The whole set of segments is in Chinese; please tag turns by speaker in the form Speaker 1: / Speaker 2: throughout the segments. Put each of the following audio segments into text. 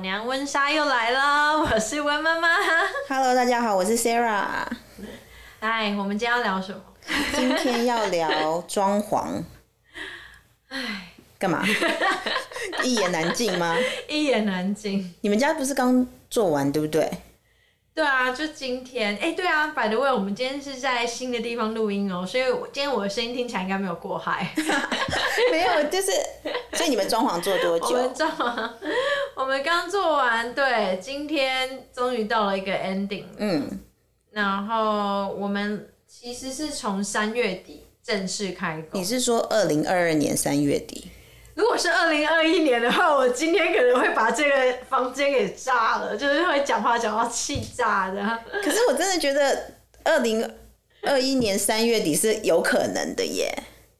Speaker 1: 娘温莎又来了， 我是温妈妈。
Speaker 2: Hello，大家好，我是 Sarah。
Speaker 1: 哎，我们今天要聊什么？
Speaker 2: 今天要聊装潢。哎，干 嘛？一言难尽吗？
Speaker 1: 一言难尽。
Speaker 2: 你们家不是刚做完对不对？
Speaker 1: 对啊，就今天。哎，对啊，by the way，我们今天是在新的地方录音哦，所以我今天我的声音听起来应该没有过嗨。
Speaker 2: 没有，就是，所以你们装潢做多
Speaker 1: 我
Speaker 2: 久
Speaker 1: 们？做完， 我们刚做完，对，今天终于到了一个 ending。
Speaker 2: 嗯，
Speaker 1: 然后我们其实是从三月底正式开工
Speaker 2: 你。是说二零二二年三月底？
Speaker 1: 如果是二零二一年的话，我今天可能会把这个房间给炸了，就是会讲话讲到气炸 的。
Speaker 2: 可是我真的觉得二零二一年三月底是有可能的耶。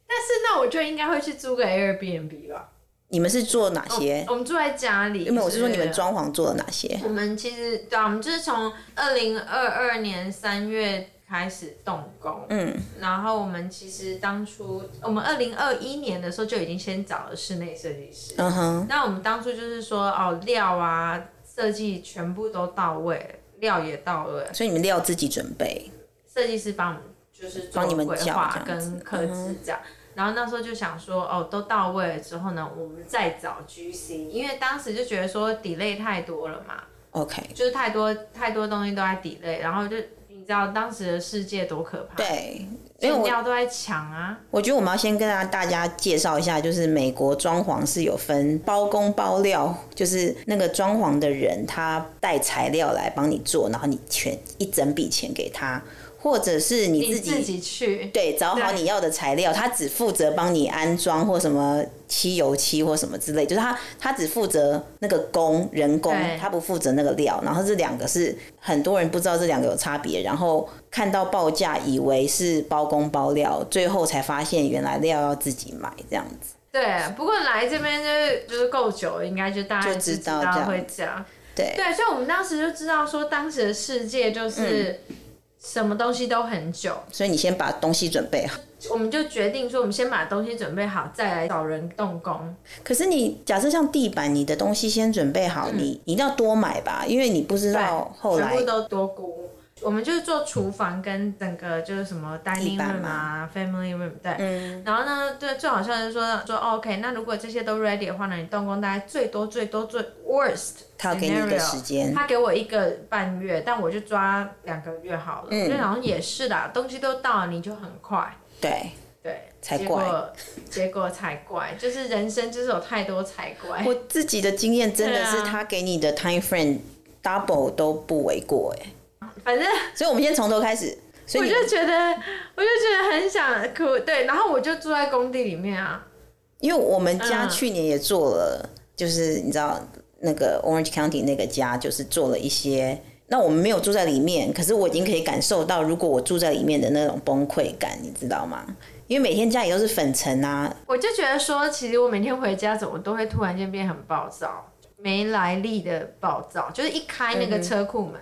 Speaker 1: 但是那我就应该会去租个 Airbnb 吧。
Speaker 2: 你们是做哪些？
Speaker 1: 我们住在家里，
Speaker 2: 因为我哦是说你们
Speaker 1: 装。
Speaker 2: 装潢做了哪些？
Speaker 1: 我们其实对啊，我们就是从二零二二年三月开始动工，
Speaker 2: 嗯，
Speaker 1: 然后我们其实当初我们二零二一年的时候就已经先找了室内设计师，
Speaker 2: 嗯哼，
Speaker 1: 那我们当初就是说哦料啊设计全部都到位，料也到位，
Speaker 2: 所以你们料自己准备。
Speaker 1: 设计师帮我们就是做
Speaker 2: 帮你们
Speaker 1: 规
Speaker 2: 叫
Speaker 1: 划
Speaker 2: 这样子嗯
Speaker 1: 跟刻制这样。然后那时候就想说，哦，都到位了之后呢，我们再找 GC，因为当时就觉得说 delay 太多了嘛，
Speaker 2: OK，
Speaker 1: 就是太多太多东西都在 delay，然后就你知道当时的世界多可怕，
Speaker 2: 对，因为
Speaker 1: 原
Speaker 2: 我
Speaker 1: 料都在抢啊，
Speaker 2: 我觉得我们要先跟大家介绍一下，就是美国装潢是有分包工包料，就是那个装潢的人他带材料来帮你做，然后你全一整笔钱给他，或者是你
Speaker 1: 你
Speaker 2: 自己
Speaker 1: 自己去，
Speaker 2: 对找好
Speaker 1: 对
Speaker 2: 你要的材料，他只负责帮你安装或什么漆油漆或什么之类，就是他他只负责那个工人工
Speaker 1: 对，
Speaker 2: 他不负责那个料。然后这两个是很多人不知道这两个有差别，然后看到报价以为是包工包料，最后才发现原来料要自己买这样子。
Speaker 1: 对。不过来这边就是就是够久了，应该就大家
Speaker 2: 就知道
Speaker 1: 道
Speaker 2: 这样
Speaker 1: 会这样，
Speaker 2: 对
Speaker 1: 对。所以我们当时就知道说，当时的世界就是
Speaker 2: 嗯
Speaker 1: 什么东西都很久，
Speaker 2: 所以你先把东西准备好。
Speaker 1: 我们就决定说，我们先把东西准备好，再来找人动工。
Speaker 2: 可是你假设像地板，你的东西先准备好，你你一定要多买吧，因为你不知道后
Speaker 1: 嗯
Speaker 2: 来
Speaker 1: 全部都多估。我们就是做厨房跟整个就是什么 dining
Speaker 2: 地板
Speaker 1: room 啊
Speaker 2: 嘛嗯
Speaker 1: ，family room 对，然后呢，对，最好笑的是说说、哦 OK，那如果这些都 ready 的话呢，你动工大概最多最多最 worst，
Speaker 2: 他要给你一个时间
Speaker 1: scenario，他给我一个半月，但我就抓两个月好了，嗯、就好像也是啦，东西都到了你就很快，
Speaker 2: 对。
Speaker 1: 对，
Speaker 2: 才
Speaker 1: 结
Speaker 2: 怪
Speaker 1: 果结果才怪，就是人生就是有太多才怪，
Speaker 2: 我自己的经验真的
Speaker 1: 对
Speaker 2: 是
Speaker 1: 啊
Speaker 2: 他给你的 time frame double 都不为过哎，
Speaker 1: 反正。
Speaker 2: 所以我们先从头开始。所
Speaker 1: 我
Speaker 2: 以你
Speaker 1: 就觉得，我就觉得很想哭，对，然后我就住在工地里面啊，
Speaker 2: 因为我们家
Speaker 1: 嗯
Speaker 2: 去年也做了，就是你知道那个 Orange County 那个家，就是做了一些。那我们没有住在里面，可是我已经可以感受到，如果我住在里面的那种崩溃感，你知道吗？因为每天家里都是粉尘啊，
Speaker 1: 我就觉得说，其实我每天回家，怎么都会突然间变很暴躁，没来历的暴躁，就是一开那个车库门，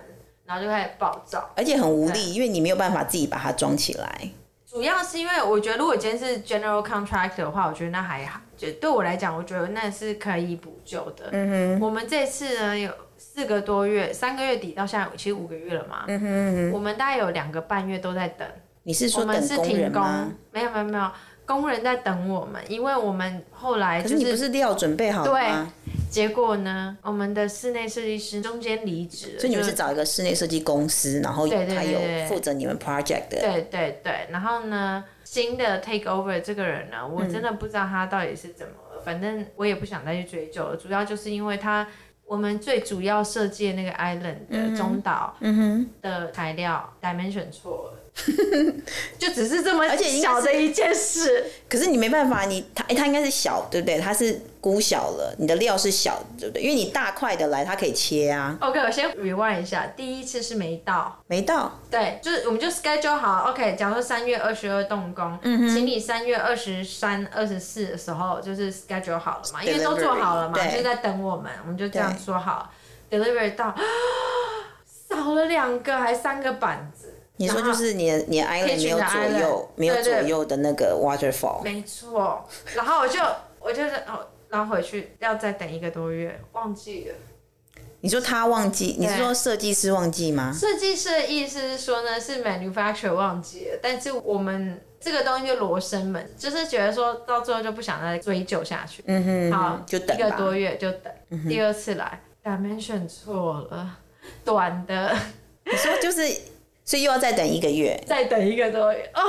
Speaker 1: 然后就开始暴躁。
Speaker 2: 而且很无力，因为你没有办法自己把它装起来。
Speaker 1: 主要是因为我觉得，如果今天是 general contractor 的话，我觉得那还好，就对我来讲，我觉得那是可以补救的。嗯哼，我们这次呢有四个多月，三个月底到现在，其实五个月了嘛。嗯哼我们大概有两个半月都在等。
Speaker 2: 你是
Speaker 1: 我
Speaker 2: 说
Speaker 1: 们
Speaker 2: 等
Speaker 1: 是
Speaker 2: 工
Speaker 1: 停
Speaker 2: 人
Speaker 1: 工
Speaker 2: 吗？，
Speaker 1: 没有没有没有，工人在等我们，因为我们后来就
Speaker 2: 可
Speaker 1: 是
Speaker 2: 你不是料准备好了
Speaker 1: 对
Speaker 2: 吗？
Speaker 1: 结果呢，我们的室内设计师中间离职了，
Speaker 2: 所以你们
Speaker 1: 就是
Speaker 2: 找一个室内设计公司，然后
Speaker 1: 对对
Speaker 2: 他
Speaker 1: 对
Speaker 2: 有
Speaker 1: 对
Speaker 2: 负责你们 project 的。
Speaker 1: 对对对，然后呢，新的 take over 这个人呢，我真的不知道他到底是怎么了，反正我也不想再去追究了，主要就是因为他。我们最主要设计的那个
Speaker 2: 嗯
Speaker 1: island 的中岛的材料 dimension 错 了，就只是这么
Speaker 2: 而且应该
Speaker 1: 小的
Speaker 2: 是
Speaker 1: 一件事，
Speaker 2: 可是你没办法，你他哎、他应该是小，对不对？他是估小了，你的料是小，对不对？因为你大块的来，他可以切啊，
Speaker 1: OK，我先 rewind 一下，第一次是没到，
Speaker 2: 没到。
Speaker 1: 对，就是我们就 schedule 好，OK，假如说三月二十二动工，嗯、请你三月二十三、二十四的时候就是 schedule 好了嘛，因为都做好了嘛，
Speaker 2: Delivery，对
Speaker 1: 就在等我们，我们就这样
Speaker 2: 对
Speaker 1: 说好，delivery 到， 少了两个还三个板子，
Speaker 2: 你说
Speaker 1: 然后
Speaker 2: 就是你的你的 island 没有左
Speaker 1: island，
Speaker 2: 右，没有
Speaker 1: 对
Speaker 2: 左
Speaker 1: 对
Speaker 2: 右的那个 waterfall，
Speaker 1: 没错，然后我就我就是哦，然后回去要再等一个多月，忘记了。
Speaker 2: 你说他忘记，你是说设计师忘记吗？
Speaker 1: 设计师的意思是说呢，是 manufacturer 忘记了，但是我们这个东西就罗生门，就是觉得说到最后就不想再追究下去。嗯哼好，
Speaker 2: 就等
Speaker 1: 一个
Speaker 2: 吧嗯
Speaker 1: 多月就等，第二次来 dimension 错了，短的，
Speaker 2: 你说就是，所以又要再等一个月。
Speaker 1: 再等一个多月哦。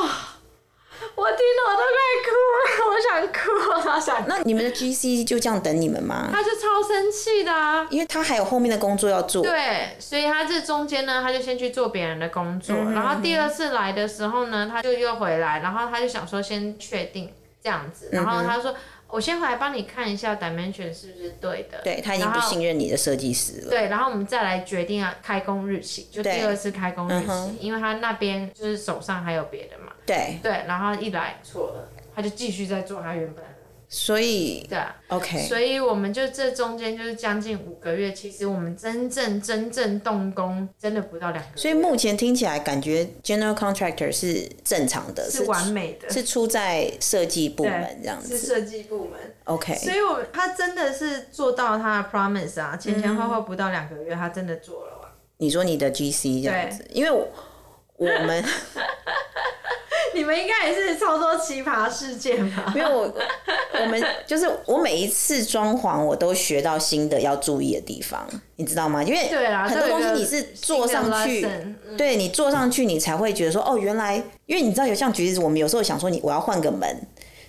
Speaker 1: 我听得我都快哭了，我想哭，好想哭，
Speaker 2: 那你们的 GC 就这样等你们吗？
Speaker 1: 他就超生气的啊。
Speaker 2: 因为他还有后面的工作要做。
Speaker 1: 对，所以他这中间呢，他就先去做别人的工作，
Speaker 2: 嗯
Speaker 1: 然后第二次来的时候呢，他就又回来，然后他就想说先确定这样子，
Speaker 2: 嗯
Speaker 1: 然后他说、我先回来帮你看一下 dimension 是不是对的，
Speaker 2: 对他已经不
Speaker 1: 然后
Speaker 2: 信任你的设计师了。
Speaker 1: 对，然后我们再来决定啊开工日期，就第
Speaker 2: 对
Speaker 1: 二次开工日
Speaker 2: 嗯
Speaker 1: 期，
Speaker 2: 哼
Speaker 1: 因为他那边就是手上还有别的嘛，
Speaker 2: 对，
Speaker 1: 对，然后一来错了，他就继续在做他原本的，
Speaker 2: 所以
Speaker 1: 对啊，
Speaker 2: OK，
Speaker 1: 所以我们就这中间就是将近五个月，其实我们真正真正动工真的不到两个月。
Speaker 2: 所以目前听起来感觉 general contractor 是正常的，
Speaker 1: 是完美的，
Speaker 2: 是出在设计部门这样
Speaker 1: 是
Speaker 2: 子。
Speaker 1: 设计部门。
Speaker 2: OK，
Speaker 1: 所以我们他真的是做到他的 promise 啊，前前后后不到两个月，他真的做了啊。
Speaker 2: 你说你的 GC 这样子，因为我我们
Speaker 1: 你们应该也是超多奇葩事件吧
Speaker 2: ？因为我我们就是我每一次装潢我都学到新的要注意的地方，你知道吗？因为
Speaker 1: 对啦，
Speaker 2: 很
Speaker 1: 都
Speaker 2: 多
Speaker 1: 有
Speaker 2: 东
Speaker 1: 一
Speaker 2: 西
Speaker 1: 个
Speaker 2: 你是坐
Speaker 1: 新的
Speaker 2: 上去，
Speaker 1: lesson，嗯
Speaker 2: 对你坐上去，你才会觉得说，哦，原来，因为你知道有像橘子，我们有时候想说你我要换个门，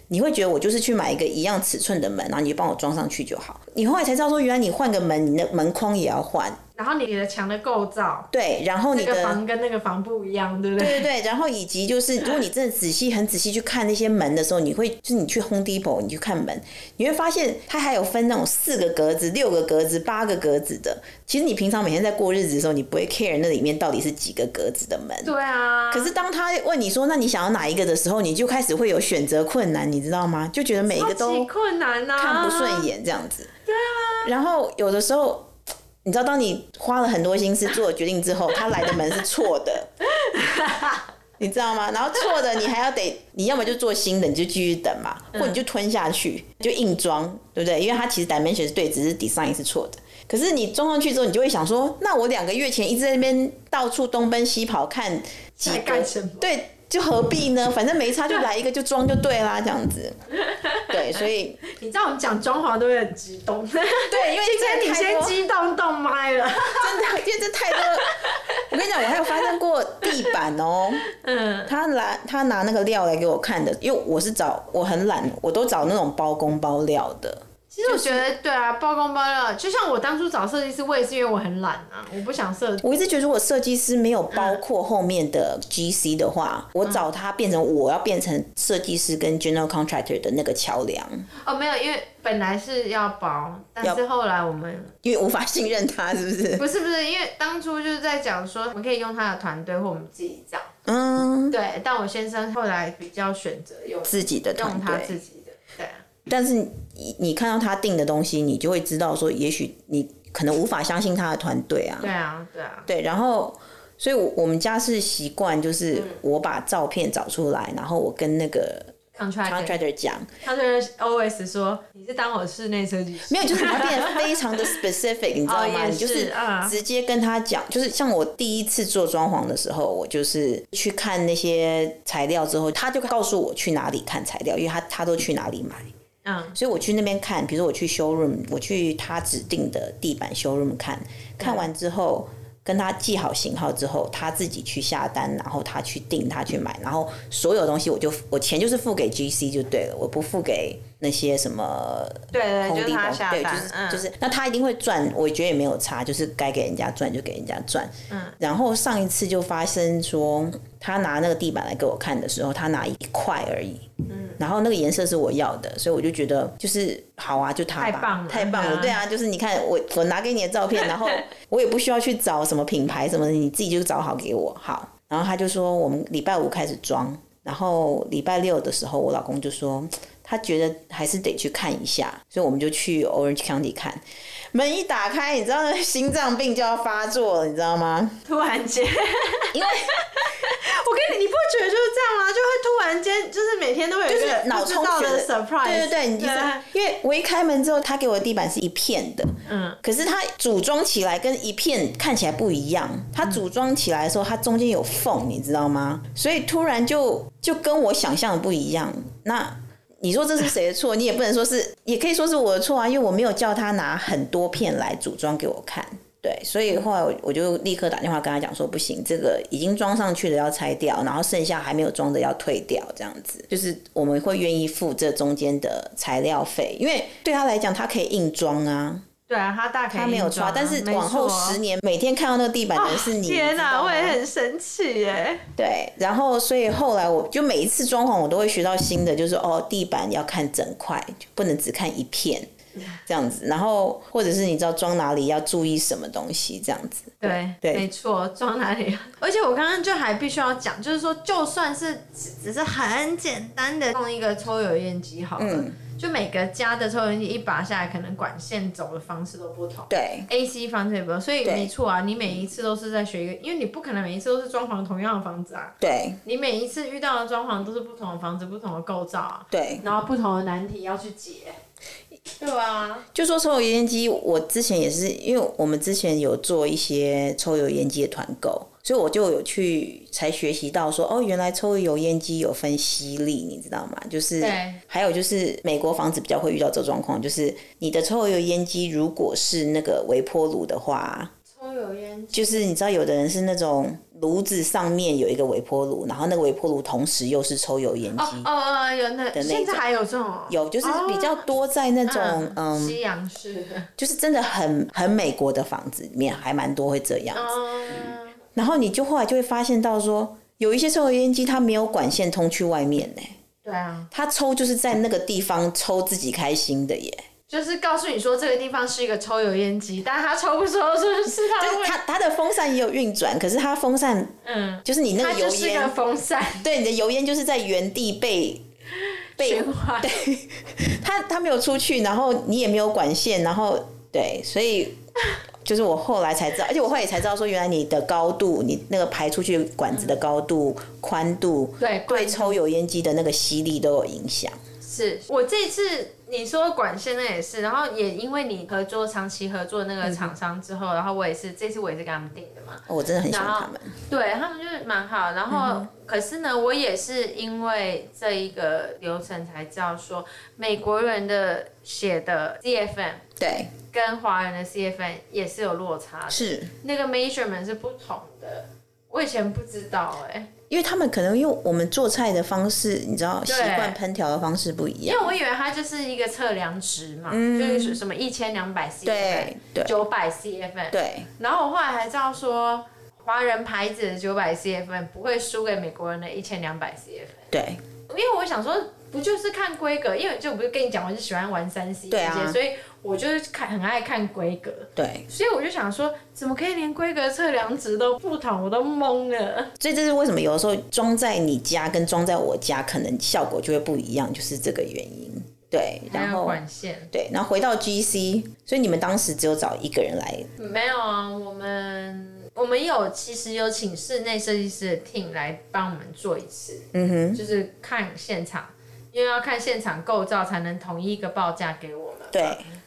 Speaker 2: 你会觉得我就是去买一个一样尺寸的门，然后你就帮我装上去就好。你后来才知道说，原来你换个门，你的门框也要换，
Speaker 1: 然后你的墙的构造，
Speaker 2: 对，然后你
Speaker 1: 这个
Speaker 2: 的。
Speaker 1: 房跟那个房不一样，对不对？
Speaker 2: 对对对，然后以及就是，如果你真的仔细、很仔细去看那些门的时候，你会就是你去 Home Depot 你去看门，你会发现它还有分那种四个格子、六个格子、八个格子的。其实你平常每天在过日子的时候，你不会 care 那里面到底是几个格子的门。
Speaker 1: 对啊。
Speaker 2: 可是当他问你说“那你想要哪一个”的时候，你就开始会有选择困难，你知道吗？就觉得每一
Speaker 1: 超
Speaker 2: 个
Speaker 1: 级
Speaker 2: 都
Speaker 1: 困难啊呐、
Speaker 2: 看不顺。眼这样子。对啊。然后有的时候，你知道，当你花了很多心思做了决定之后，他来的门是错 的，你知道吗？然后错的你还要得，你要么就做新的，你就继续等嘛，
Speaker 1: 嗯
Speaker 2: 或者你就吞下去，就硬装，对不对？因为它其实 dimension 是对，只是 design 是错的。可是你装上去之后，你就会想说，那我两个月前一直在那边到处东奔西跑看几
Speaker 1: 在
Speaker 2: 个
Speaker 1: 干什么
Speaker 2: 对，就何必呢？反正没差，就来一个就装就对啦，这样 子。对，所以
Speaker 1: 你知道我们讲装潢都会很激 动，
Speaker 2: 对，因为
Speaker 1: 今天
Speaker 2: 这
Speaker 1: 你
Speaker 2: 哎太
Speaker 1: 先
Speaker 2: 多，
Speaker 1: 激动动麦了。
Speaker 2: 真的，因为这 太多。我跟你讲，我还有发生过地板哦、
Speaker 1: 嗯，
Speaker 2: 他拿他拿那个料来给我看的，因为我是找我很懒，我都找那种包工包料的。
Speaker 1: 其实我觉得对啊，包工包料，就像我当初找设计师，我也是因为我很懒啊，我不想设计。
Speaker 2: 我一直觉得，如果设计师没有包括后面的 GC 的话，我找他变成我要变成设计师跟 general contractor 的那个桥梁，
Speaker 1: 哦，没有，因为本来是要包，但是
Speaker 2: 要
Speaker 1: 后来我们
Speaker 2: 因为无法信任他，是不是？
Speaker 1: 不是不是，因为当初就是在讲说，我们可以用他的团队或我们自己找。
Speaker 2: 嗯，
Speaker 1: 对，但我先生后来比较选择用
Speaker 2: 自己的团
Speaker 1: 用他
Speaker 2: 队
Speaker 1: 自。己的。对啊，
Speaker 2: 但是你你看到他定的东西，你就会知道说，也许你可能无法相信他的团队啊。
Speaker 1: 对啊，对啊，
Speaker 2: 对，然后，所以我我们家是习惯，就是我把照片找出来，然后我跟那个
Speaker 1: contractor
Speaker 2: contractor 讲，
Speaker 1: contractor always 说你是当我室内设计师，
Speaker 2: 没有，就是你要变得非 常的 specific，你知道吗？
Speaker 1: 也
Speaker 2: 你就是是
Speaker 1: 啊
Speaker 2: 直接跟他讲，就是像我第一次做装潢的时候，我就是去看那些材料之后，他就告诉我去哪里看材料，因为他他都去哪里买。
Speaker 1: 嗯，
Speaker 2: 所以我去那边看，比如说我去 showroom，我去他指定的地板 showroom 看，看完之后跟他记好型号之后，他自己去下单，然后他去订，他去买，然后所有东西我就我钱就是付给 GC 就对了，我不付给那些什么
Speaker 1: 对对，
Speaker 2: 红
Speaker 1: 就是
Speaker 2: 地
Speaker 1: 他
Speaker 2: 板，
Speaker 1: 下
Speaker 2: 对，就
Speaker 1: 单，嗯，
Speaker 2: 是就是，那他一定会赚，我觉得也没有差，就是该给人家赚就给人家赚。嗯，然后上一次就发生说，他拿那个地板来给我看的时候，他拿一块而已。嗯，然后那个颜色是我要的，所以我就觉得就是好啊，就他吧，
Speaker 1: 太棒了
Speaker 2: 太棒
Speaker 1: 对
Speaker 2: 了，
Speaker 1: 啊
Speaker 2: 对啊，就是你看我我拿给你的照片，然后我也不需要去找什么品牌什么的，你自己就找好给我好。然后他就说我们礼拜五开始装，然后礼拜六的时候，我老公就说嗯他觉得还是得去看一下，所以我们就去 Orange County 看。门一打开，你知道那心脏病就要发作了，你知道吗？
Speaker 1: 突 然间，因为我跟你，你不觉得就是这样吗？就会突然间，就是
Speaker 3: 每天都有一
Speaker 2: 就
Speaker 3: 个
Speaker 2: 是脑
Speaker 3: 不知
Speaker 2: 充
Speaker 3: 道
Speaker 2: 血
Speaker 3: 的
Speaker 2: 的
Speaker 3: surprise。
Speaker 2: 对对对，你就是因为我一开门之后，他给我的地板是一片的，
Speaker 1: 嗯，
Speaker 2: 可是它组装起来跟一片看起来不一样。它组装起来的时候，它中间有缝，你知道吗？所以突然就就跟我想象的不一样。那你说这是谁的错？你也不能说是，也可以说是我的错啊，因为我没有叫他拿很多片来组装给我看。对，所以后来我我就立刻打电话跟他讲说，不行，这个已经装上去的要拆掉，然后剩下还没有装的要退掉，这样子，就是我们会愿意付这中间的材料费，因为对他来讲，他可以硬装啊，
Speaker 1: 对啊，他大可以
Speaker 2: 他没有
Speaker 1: 硬装
Speaker 2: 刷，
Speaker 1: 啊
Speaker 2: 但是
Speaker 1: 没
Speaker 2: 往后
Speaker 1: 错啊哦
Speaker 2: 十年，每天看到那个地板的人是你。
Speaker 3: 天
Speaker 2: 哪、
Speaker 3: 哪，我也很生气耶！
Speaker 2: 对。然后，所以后来我就每一次装潢，我都会学到新的，就是哦，地板要看整块，就不能只看一片这样子。然后，或者是你知道装哪里要注意什么东西这样子。
Speaker 1: 对，
Speaker 2: 对
Speaker 1: 没错，装哪里？啊 而且我刚刚就还必须要讲，就是说，就算是只只是很简单的弄一个抽油烟机好了，
Speaker 2: 嗯
Speaker 1: 就每个家的抽油烟机一拔下来，可能管线走的方式都不同。
Speaker 2: 对
Speaker 1: AC 方式也不同，所以
Speaker 2: 对
Speaker 1: 没错啊，你每一次都是在学一个，因为你不可能每一次都是装潢同样的房子啊，
Speaker 2: 对
Speaker 1: 你每一次遇到的装潢都是不同的房子、不同的构造啊，
Speaker 2: 对，
Speaker 1: 然后不同的难题要去解。对啊，
Speaker 2: 就说抽油烟机，我之前也是，因为我们之前有做一些抽油烟机的团购，所以我就有去才学习到说，哦，原来抽油烟机有分吸力，你知道吗？就是
Speaker 1: 对
Speaker 2: 还有就是美国房子比较会遇到这种状况，就是你的抽油烟机如果是那个微波炉的话，
Speaker 1: 抽油烟机
Speaker 2: 就是你知道有的人是那种炉子上面有一个微波炉，然后那个微波炉同时又是抽油烟机。
Speaker 1: 哦哦哦，有那
Speaker 2: 那
Speaker 1: 现在
Speaker 2: 种
Speaker 1: 还有这种哦
Speaker 2: 有，就是比较多在那种、嗯，
Speaker 1: 西洋式，
Speaker 2: 就是真的很很美国的房子里面还蛮多会这样子，
Speaker 1: 嗯，
Speaker 2: 然后你就后来就会发现到说，有一些抽油烟机它没有管线通去外面呢、
Speaker 1: 对啊，
Speaker 2: 它抽就是在那个地方抽自己开心的耶，
Speaker 1: 就是告诉你说这个地方是一个抽油烟机，但他抽不抽是是他
Speaker 2: 就
Speaker 1: 的
Speaker 2: 是
Speaker 1: 问
Speaker 2: 它它的风扇也有运转，可是它风扇
Speaker 1: 嗯，
Speaker 2: 就是你那
Speaker 1: 它
Speaker 2: 个
Speaker 1: 就
Speaker 2: 油
Speaker 1: 是个
Speaker 2: 烟，
Speaker 1: 风扇
Speaker 2: 对你的油烟就是在原地被被
Speaker 1: 循环，
Speaker 2: 它它没有出去，然后你也没有管线，然后对，所以就是我后来才知道，而且我后来也才知道说，原来你的高度，你那个排出去管子的高度、宽度，
Speaker 1: 对
Speaker 2: 对
Speaker 1: 管
Speaker 2: 抽油烟机的那个吸力都有影响。
Speaker 1: 是我这次你说管线那也是，然后也因为你合作长期合作那个厂商之后，然后我也是这次我也是给他们订的嘛，
Speaker 2: 哦我真的很喜欢
Speaker 1: 然后
Speaker 2: 他们，
Speaker 1: 对他们就是蛮好，然后、嗯可是呢，我也是因为这一个流程才知道说美国人的写的 CFM
Speaker 2: 对，
Speaker 1: 跟华人的 CFM 也是有落差的。
Speaker 2: 是
Speaker 1: 那个 measurement 是不同的。我以前不知道哎、
Speaker 2: 因为他们可能因为我们做菜的方式，你知道习
Speaker 1: 对
Speaker 2: 惯烹调的方式不一
Speaker 1: 因为
Speaker 2: 样，
Speaker 1: 我以为它就是一个测量值嘛，嗯就是什么一千两百 CFM
Speaker 2: 对、对
Speaker 1: 九百 CFM，
Speaker 2: 对
Speaker 1: 然后我后来还知道说，华人牌子的九百 CFM 不会输给美国人的一千两百 CFM，
Speaker 2: 对
Speaker 1: 因为我想说。不就是看规格？因为就我不是跟你讲，我是喜欢玩三 C 这
Speaker 2: 对
Speaker 1: 些，
Speaker 2: 啊
Speaker 1: 所以我就是看很爱看规格，
Speaker 2: 对，
Speaker 1: 所以我就想说，怎么可以连规格测量值都不同？我都懵了。
Speaker 2: 所以这是为什么有的时候装在你家跟装在我家可能效果就会不一样，就是这个原因。对，
Speaker 1: 还
Speaker 2: 然
Speaker 1: 有
Speaker 2: 后
Speaker 1: 管线，
Speaker 2: 对，然后回到 GC，所以你们当时只有找一个人来，
Speaker 1: 没有啊，我们我们有其实有请室内设计师的 team 来帮我们做一次，
Speaker 2: 嗯哼，
Speaker 1: 就是看现场，因为要看现场构造才能统一一个报价给我们。
Speaker 2: 对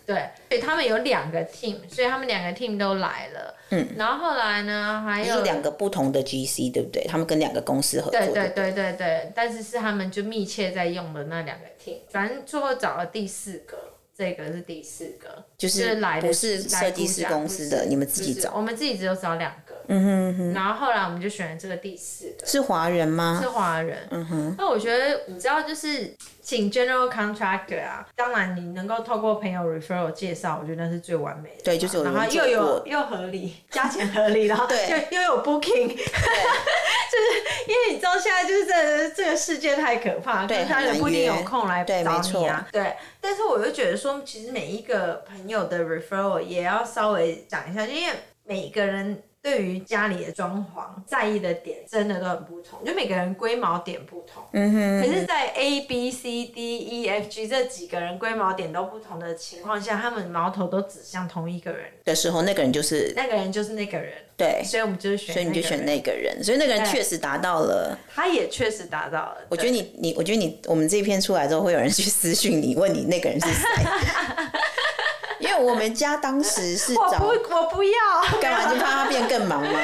Speaker 1: 对，所以他们有两个 team，所以他们两个 team 都来了。
Speaker 2: 嗯，
Speaker 1: 然后后来呢，还
Speaker 2: 是
Speaker 1: 有
Speaker 2: 两个不同的 GC，对不对？他们跟两个公司合作，
Speaker 1: 对对
Speaker 2: 不
Speaker 1: 对对对，但是是他们就密切在用的那两个 team，反正最后找了第四个，这个是第四个，
Speaker 2: 就
Speaker 1: 就是
Speaker 2: 是
Speaker 1: 来的
Speaker 2: 不是设计师公司的，你们自己
Speaker 1: 就是
Speaker 2: 找，
Speaker 1: 我们自己只有找两个，
Speaker 2: 嗯哼嗯哼，
Speaker 1: 然后后来我们就选了这个第四个，
Speaker 2: 是华人吗
Speaker 1: 是？华人。嗯哼。那我觉得你知道，就是请 general contractor 啊，当然你能够透过朋友 referral 介绍，我觉得那是最完美的嘛。
Speaker 2: 对就是有人
Speaker 1: 然后
Speaker 2: 做
Speaker 1: 又有
Speaker 2: 过
Speaker 1: 又合理，价钱合理，然后
Speaker 2: 对
Speaker 1: 又又有 booking，就是 因为你知道现在就是这这个世界太可怕，
Speaker 2: 对
Speaker 1: 就是他人
Speaker 2: 很难
Speaker 1: 不一定有
Speaker 2: 约
Speaker 1: 空来
Speaker 2: 对
Speaker 1: 找
Speaker 2: 没
Speaker 1: 你
Speaker 2: 错
Speaker 1: 啊。对，但是我就觉得说，其实每一个朋友的 referral 也要稍微讲一下，因为每个人对于家里的装潢在意的点真的都很不同，就每个人龟毛点不同。嗯哼。可是，在 A B C D E F G 这几个人龟毛点都不同的情况下，他们矛头都指向同一个人，
Speaker 2: 的时候，那个人就是
Speaker 1: 那个人就是那个人，
Speaker 2: 对，
Speaker 1: 所以我们就是选，
Speaker 2: 所以你就选，那个人，所以那个人确实达到了。
Speaker 1: 他也确实达到了。
Speaker 2: 我觉得你你，我觉得你，我们这一篇出来之后，会有人去私讯你，问你那个人是谁，因为我们家当时是
Speaker 1: 我
Speaker 2: 找
Speaker 1: 哦不我不要，
Speaker 2: 干嘛？就怕他变更忙吗？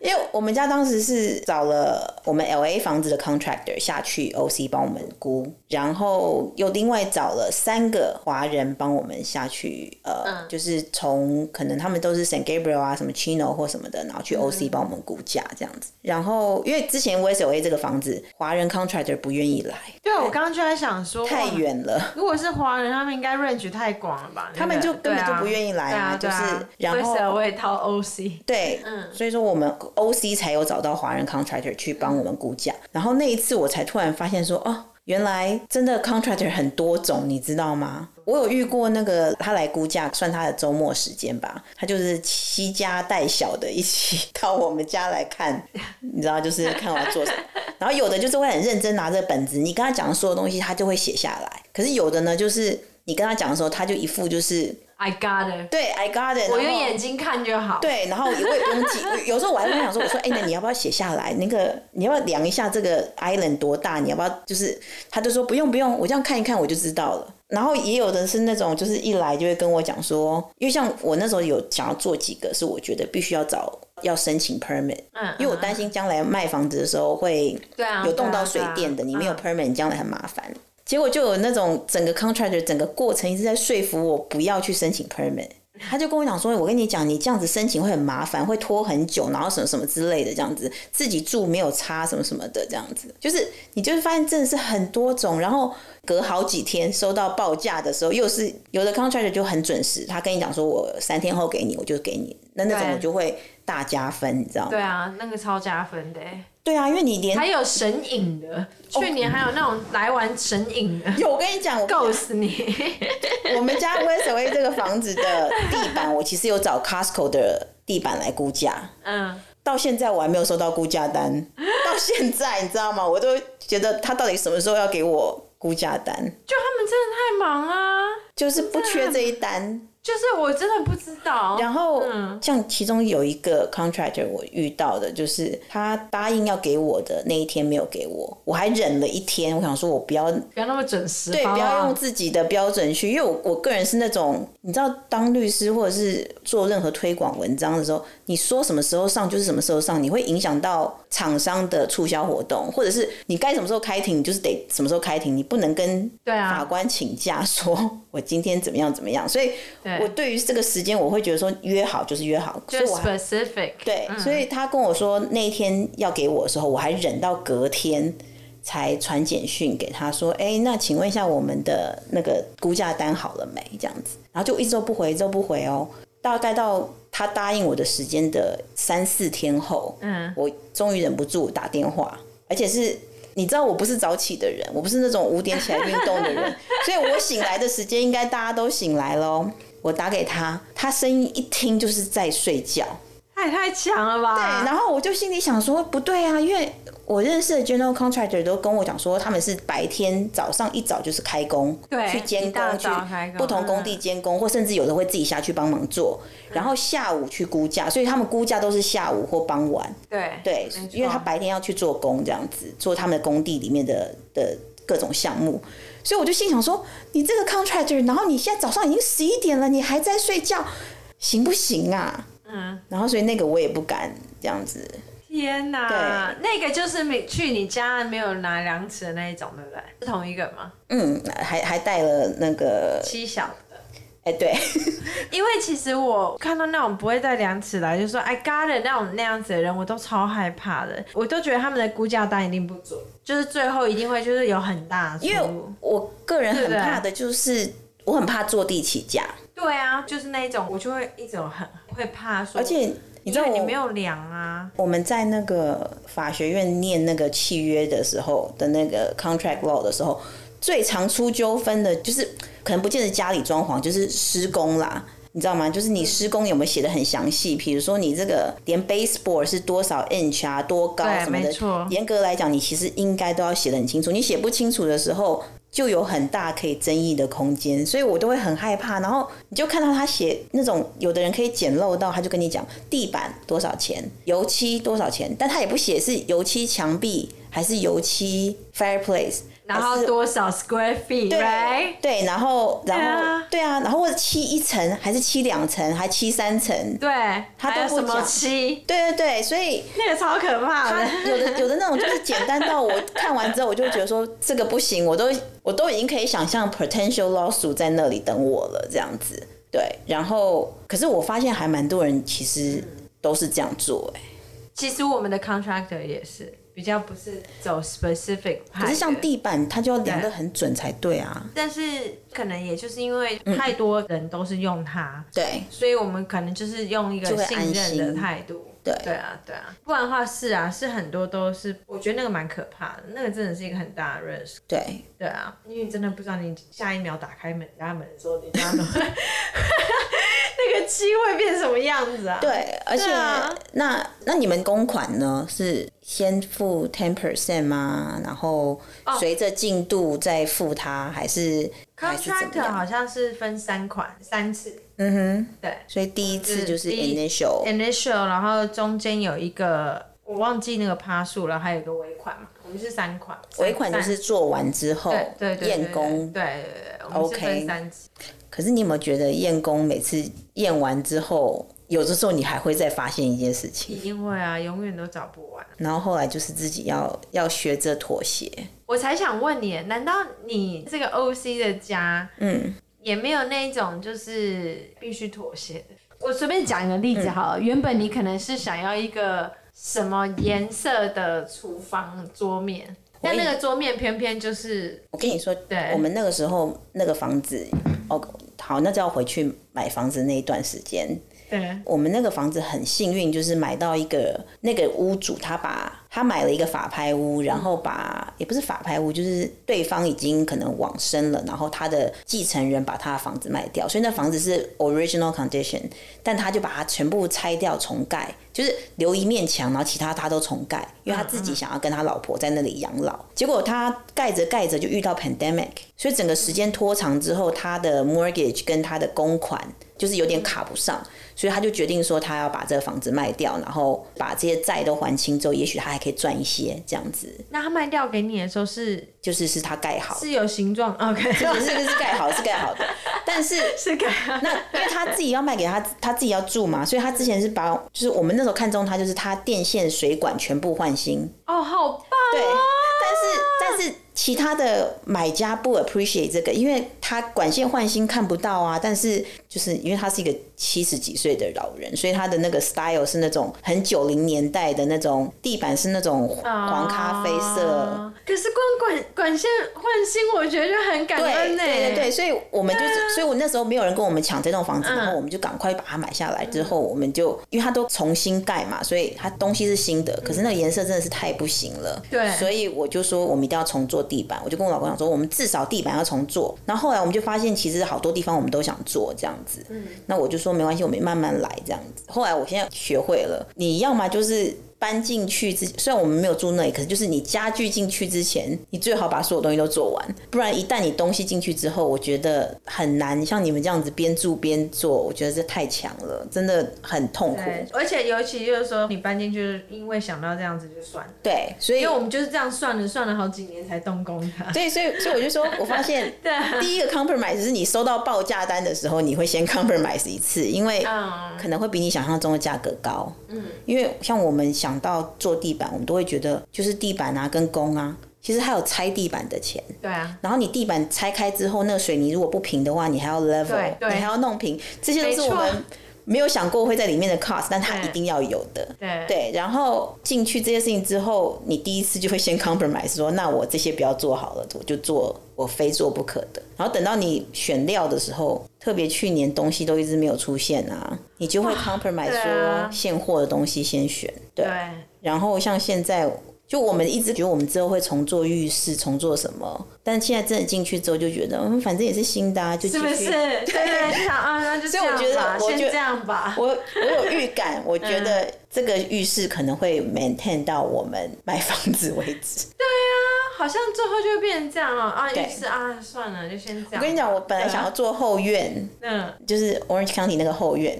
Speaker 2: 因为我们家当时是找了我们 L A 房子的 contractor 下去 O C 帮我们估，然后又另外找了三个华人帮我们下去，呃，就是从可能他们都是 San Gabriel 啊、什么 Chino 或什么的，然后去 O C 帮我们估价这样子。然后因为之前 W S L A 这个房子华人 contractor 不愿意来，
Speaker 1: 对，啊我刚刚就在想说，
Speaker 2: 太
Speaker 1: 哇
Speaker 2: 远了。
Speaker 1: 如果是华人，他们应该 range 太广了吧？
Speaker 2: 他们就根本就不愿
Speaker 1: 意
Speaker 2: 意来
Speaker 1: 啊，
Speaker 2: 就
Speaker 1: 对啊
Speaker 2: 是然后
Speaker 1: 为什么会掏 OC？
Speaker 2: 对，所以说我们 OC 才有找到华人 contractor 去帮我们估价。然后那一次我才突然发现说，哦，原来真的 contractor 很多种，你知道吗？我有遇过那个他来估价，算他的周末时间吧，他就是七家带小的一起到我们家来看，你知道，就是看我要做什么。然后有的就是会很认真拿着本子，你跟他讲的所有东西，他就会写下来。可是有的呢，就是你跟他讲的时候，他就一副就是
Speaker 1: I got it，
Speaker 2: 对 I got it，
Speaker 1: 我
Speaker 2: 然
Speaker 1: 用
Speaker 2: 后
Speaker 1: 眼睛看就好。，
Speaker 2: 对，然后我也不用记，我有时候我还会想说，我说，哎、那你要不要写下来？那个你要不要量一下这个 island 多大？你要不要？就是他就说不用不用，我这样看一看我就知道了。然后也有的是那种，就是一来就会跟我讲说，因为像我那时候有想要做几个，是我觉得必须要找要申请 permit，
Speaker 1: 嗯
Speaker 2: 因为我担心将来卖房子的时候会
Speaker 1: 对啊，嗯
Speaker 2: 有动到水电的，你没有 permit，你将来很麻烦。结果就有那种整个 contractor 整个过程一直在说服我不要去申请 permit，他就跟我讲说，我跟你讲，你这样子申请会很麻烦，会拖很久，然后什么什么之类的，这样子自己住没有差什么什么的，这样子，就是你就是发现真的是很多种，然后隔好几天收到报价的时候，又是有的 contractor 就很准时，他跟你讲说我三天后给你，我就给你，那那种
Speaker 1: 对
Speaker 2: 我就会大加分，你知道吗？
Speaker 1: 对啊，那个超加分的欸，
Speaker 2: 对啊，因为你连
Speaker 1: 还有神隐的，去年还有那种来玩神隐的，
Speaker 2: 有我跟你讲，我
Speaker 1: 告死你！
Speaker 2: 我们家 West Way 这个房子的地板，我其实有找 Costco 的地板来估价，
Speaker 1: 嗯，
Speaker 2: 到现在我还没有收到估价单。到现在你知道吗？我都觉得他到底什么时候要给我估价单？
Speaker 1: 就他们真的太忙啊，
Speaker 2: 就是不缺这一单。
Speaker 1: 就是我真的不知道。
Speaker 2: 然后
Speaker 1: 嗯，
Speaker 2: 像其中有一个 contractor 我遇到的，就是他答应要给我的那一天没有给我，我还忍了一天，我想说我不要
Speaker 1: 不要那么准时，
Speaker 2: 对，
Speaker 1: 好
Speaker 2: 不
Speaker 1: 好
Speaker 2: 要用自己的标准去，因为我我个人是那种，你知道，当律师或者是做任何推广文章的时候，你说什么时候上就是什么时候上，你会影响到厂商的促销活动，或者是你该什么时候开庭，你就是得什么时候开庭，你不能跟
Speaker 1: 对啊
Speaker 2: 法官请假说 我今天怎么样怎么样，所以我对于这个时间，我会觉得说约好就是约好，所
Speaker 1: 就
Speaker 2: 以我还
Speaker 1: specific。嗯
Speaker 2: 对，所以他跟我说那一天要给我的时候，我还忍到隔天才传简讯给他说：“哎、那请问一下我们的那个估价单好了没？”这样子，然后就一周不回，一周不回哦。大概到他答应我的时间的三四天后，
Speaker 1: 嗯，
Speaker 2: 我终于忍不住打电话，而且是。你知道我不是早起的人，我不是那种五点起来运动的人，所以我醒来的时间应该大家都醒来喽。我打给他，他声音一听就是在睡觉，
Speaker 1: 他也太强了
Speaker 2: 对，
Speaker 1: 吧！
Speaker 2: 然后我就心里想说，不对啊，因为我认识的 general contractor 都跟我讲说，他们是白天早上一早就是开工，
Speaker 1: 对
Speaker 2: 去监
Speaker 1: 一大
Speaker 2: 工，去
Speaker 1: 早开工嗯
Speaker 2: 不同工地监工，或甚至有的会自己下去帮忙做，然后下午去估价，所以他们估价都是下午或傍晚，
Speaker 1: 对
Speaker 2: 对
Speaker 1: 没，错
Speaker 2: 因为他白天要去做工，这样子做他们的工地里面的的各种项目，所以我就心想说，你这个 contractor，然后你现在早上已经十一点了，你还在睡觉，行不行啊？
Speaker 1: 嗯，
Speaker 2: 然后所以那个我也不敢这样子，
Speaker 1: 天哪，那个就是没去你家没有拿量尺的那一种，对不对？是同一个吗？
Speaker 2: 嗯，还还带了 那个，
Speaker 1: 七小的。
Speaker 2: 哎、对，
Speaker 1: 因为其实我看到那种不会带量尺来，就说 I got it 那种那样子的人，我都超害怕的。我都觉得他们的估价单一定不准，就是最后一定会就是有很大的
Speaker 2: 因为
Speaker 1: 错误。
Speaker 2: 我个人很
Speaker 1: 对不对
Speaker 2: 怕的就是我很怕坐地起价，
Speaker 1: 对啊，就是那一种，我就会一直很会怕说，
Speaker 2: 而且你
Speaker 1: 因
Speaker 2: 知道
Speaker 1: 为
Speaker 2: 我
Speaker 1: 你没有量啊，
Speaker 2: 我们在那个法学院念那个契约的时候的那个 contract law 的时候，最常出纠纷的就是可能不见得家里装潢，就是施工啦。你知道吗？就是你施工有没有写的很详细？比如说你这个连 baseboard 是多少 inch 啊，多高
Speaker 1: 对
Speaker 2: 什么
Speaker 1: 没错
Speaker 2: 的，严格来讲，你其实应该都要写的很清楚。你写不清楚的时候，就有很大可以争议的空间，所以我都会很害怕。然后你就看到他写那种，有的人可以简陋到他就跟你讲地板多少钱，油漆多少钱，但他也不写是油漆墙壁还是油漆 fireplace，
Speaker 1: 然
Speaker 2: 还
Speaker 1: 后
Speaker 2: 是
Speaker 1: 多少 square feet，right？
Speaker 2: 对，然后然
Speaker 1: 对
Speaker 2: 后
Speaker 1: 啊
Speaker 2: 对啊，然后或者漆一层，还是漆两层，还漆三层，
Speaker 1: 对，
Speaker 2: 他
Speaker 1: 还有
Speaker 2: 都不
Speaker 1: 什么
Speaker 2: 讲
Speaker 1: 漆，
Speaker 2: 对对对，所以
Speaker 1: 那个超可怕的。
Speaker 2: 有的有的那种啊就是简单到我看完之后，我就会觉得说这个不行，我都我都已经可以想象 potential lawsuit 在那里等我了这样子。对，然后可是我发现还蛮多人其实都是这样做、哎，
Speaker 1: 其实我们的 contractor 也是比较不是走 specific 派，
Speaker 2: 可是像
Speaker 1: 地。
Speaker 2: 地板，它就要量得很准才对啊。
Speaker 1: 但是可能也就是因为
Speaker 2: 嗯
Speaker 1: 太多人都是用它，
Speaker 2: 对
Speaker 1: 所以我们可能就是用一个
Speaker 2: 就会
Speaker 1: 信
Speaker 2: 安
Speaker 1: 任
Speaker 2: 心
Speaker 1: 的态度。
Speaker 2: 对
Speaker 1: 对啊，对啊，不然的话是啊，是很多都是，我觉得那个蛮可怕的，那个真的是一个很大的 risk。
Speaker 2: 对，
Speaker 1: 对啊，因为你真的不知道你下一秒打开门拉门的时候，你家都 那个漆会变什么样子啊？
Speaker 2: 对，而且、
Speaker 1: 对啊
Speaker 2: 那那你们公款呢？是先付 ten percent 吗？然后
Speaker 1: 哦
Speaker 2: 随着进度再付它，还是还是怎么
Speaker 1: ，contractor 好
Speaker 2: 样？
Speaker 1: 像是分三款三次，
Speaker 2: 嗯哼，
Speaker 1: 对
Speaker 2: 所以第一次就是
Speaker 1: 嗯第一
Speaker 2: initial，
Speaker 1: ，initial，然后中间有一个我忘记那个趴数了，还有一个尾款嘛，我们是三款，三
Speaker 2: 尾款就是做完之后
Speaker 1: 对对对
Speaker 2: 验工，
Speaker 1: 对对对对，我们是
Speaker 2: OK
Speaker 1: 分三级，
Speaker 2: 可是你有没有觉得验工每次验完之后，有的时候你还会再发现一件事
Speaker 1: 一
Speaker 2: 情，
Speaker 1: 定会啊，永远都找不完。
Speaker 2: 然后后来就是自己要要学着妥协。
Speaker 1: 我才想问你，难道你这个 OC 的家，
Speaker 2: 嗯，
Speaker 1: 也没有那一种就是必须妥协的？我随便讲一个例子好了，
Speaker 2: 嗯
Speaker 1: 原本你可能是想要一个什么颜色的厨房桌面，但那个桌面偏偏就是
Speaker 2: 我跟你说，
Speaker 1: 对
Speaker 2: 我们那个时候那个房子，哦，好，那就要回去买房子那一段时间，
Speaker 1: 对。
Speaker 2: 我们那个房子很幸运，就是买到一个那个屋主，他把他买了一个法拍屋，然后把也不是法拍屋，就是对方已经可能往生了，然后他的继承人把他的房子卖掉，所以那房子是 original condition，但他就把它全部拆掉重盖，就是留一面墙，然后其他他都重盖，因为他自己想要跟他老婆在那里养老。结果他盖着盖着就遇到 pandemic，所以整个时间拖长之后，他的 mortgage 跟他的公款就是有点卡不上，所以他就决定说他要把这个房子卖掉，然后把这些债都还清之后，也许他还可以赚一些这样子，
Speaker 1: 那他卖掉给你的时候是
Speaker 2: 就是是他盖好的。
Speaker 1: 是有形状，OK，
Speaker 2: 是是是盖好是盖好的，但是
Speaker 1: 是给
Speaker 2: 那因为他自己要卖给他，他自己要住嘛，所以他之前是把就是我们那时候看中他，就是他电线、水管全部换新，
Speaker 1: 哦，好棒
Speaker 2: 对
Speaker 1: 哦！，
Speaker 2: 但是但是其他的买家不 appreciate 这个，因为他管线换新看不到啊。但是就是因为他是一个七十几岁的老人，所以他的那个 style 是那种很九零年代的那种，地板是那种黄咖啡色。
Speaker 1: 哦可是光管管线换新，我觉得就很感
Speaker 2: 对
Speaker 1: 恩呢、啊
Speaker 2: 对对对，所以我们就，所以我那时候没有人跟我们抢这栋房子，
Speaker 1: 嗯
Speaker 2: 然后我们就赶快把它买下来。之后我们就，因为它都重新盖嘛，所以它东西是新的，可是那个颜色真的是太不行了。
Speaker 1: 嗯对
Speaker 2: 所以我就说我们一定要重做地板。我就跟我老公讲说，我们至少地板要重做。然后后来我们就发现，其实好多地方我们都想做这样子。嗯，那我就说没关系，我们慢慢来这样子。后来我现在学会了，你要么就是。搬进去之，虽然我们没有住那里，可是就是你家具进去之前，你最好把所有东西都做完，不然一旦你东西进去之后，我觉得很难像你们这样子边住边做，我觉得这太强了，真的很痛苦。
Speaker 1: 对，而且尤其就是说，你搬进去，就是因为想到这样子就算了，
Speaker 2: 对，所以
Speaker 1: 因为我们就是这样算了算了好几年才动工的。
Speaker 2: 对，所以所以我就说，我发 现
Speaker 1: 啊
Speaker 2: 第一个 compromise 是你收到报价单的时候，你会先 compromise 一次，因为
Speaker 1: 嗯，
Speaker 2: 可能会比你想象中的价格高。嗯，因为像我们想到做地板，我们都会觉得就是地板啊跟工啊，其实还有拆地板的钱。
Speaker 1: 对啊，
Speaker 2: 然后你地板拆开之后，那个水泥如果不平的话，你还要 level，
Speaker 1: 对对
Speaker 2: 你还要弄平，这些都是我
Speaker 1: 没
Speaker 2: 们
Speaker 1: 错
Speaker 2: 没有想过会在里面的 cost，但它
Speaker 1: 对
Speaker 2: 一定要有的。
Speaker 1: 对
Speaker 2: 对，然后进去这些事情之后，你第一次就会先 compromise 说，那我这些不要做好了，我就做我非做不可的。然后等到你选料的时候，特别去年东西都一直没有出现啊，你就会 compromise
Speaker 1: 对啊
Speaker 2: 说现货的东西先选。对，
Speaker 1: 对
Speaker 2: 然后像现在。就我们一直觉得我们之后会重做浴室，重做什么，但现在真的进去之后就觉得，嗯，反正也是新的、啊，就继
Speaker 1: 是不
Speaker 2: 续
Speaker 1: 是？对对，就想啊，那就这
Speaker 2: 所以我觉
Speaker 1: 样
Speaker 2: 得
Speaker 1: 吧，
Speaker 2: 我
Speaker 1: 先
Speaker 2: 觉得
Speaker 1: 这样吧。
Speaker 2: 我我有预感，我觉得这个浴室可能会 maintain 到我们买房子为止。
Speaker 1: 啊好像最后就会变成这样了啊，
Speaker 2: 对
Speaker 1: 于是啊，算了，就先这样。
Speaker 2: 我跟你讲，我本来想要做后院，
Speaker 1: 嗯，
Speaker 2: 就是 Orange County 那个后院，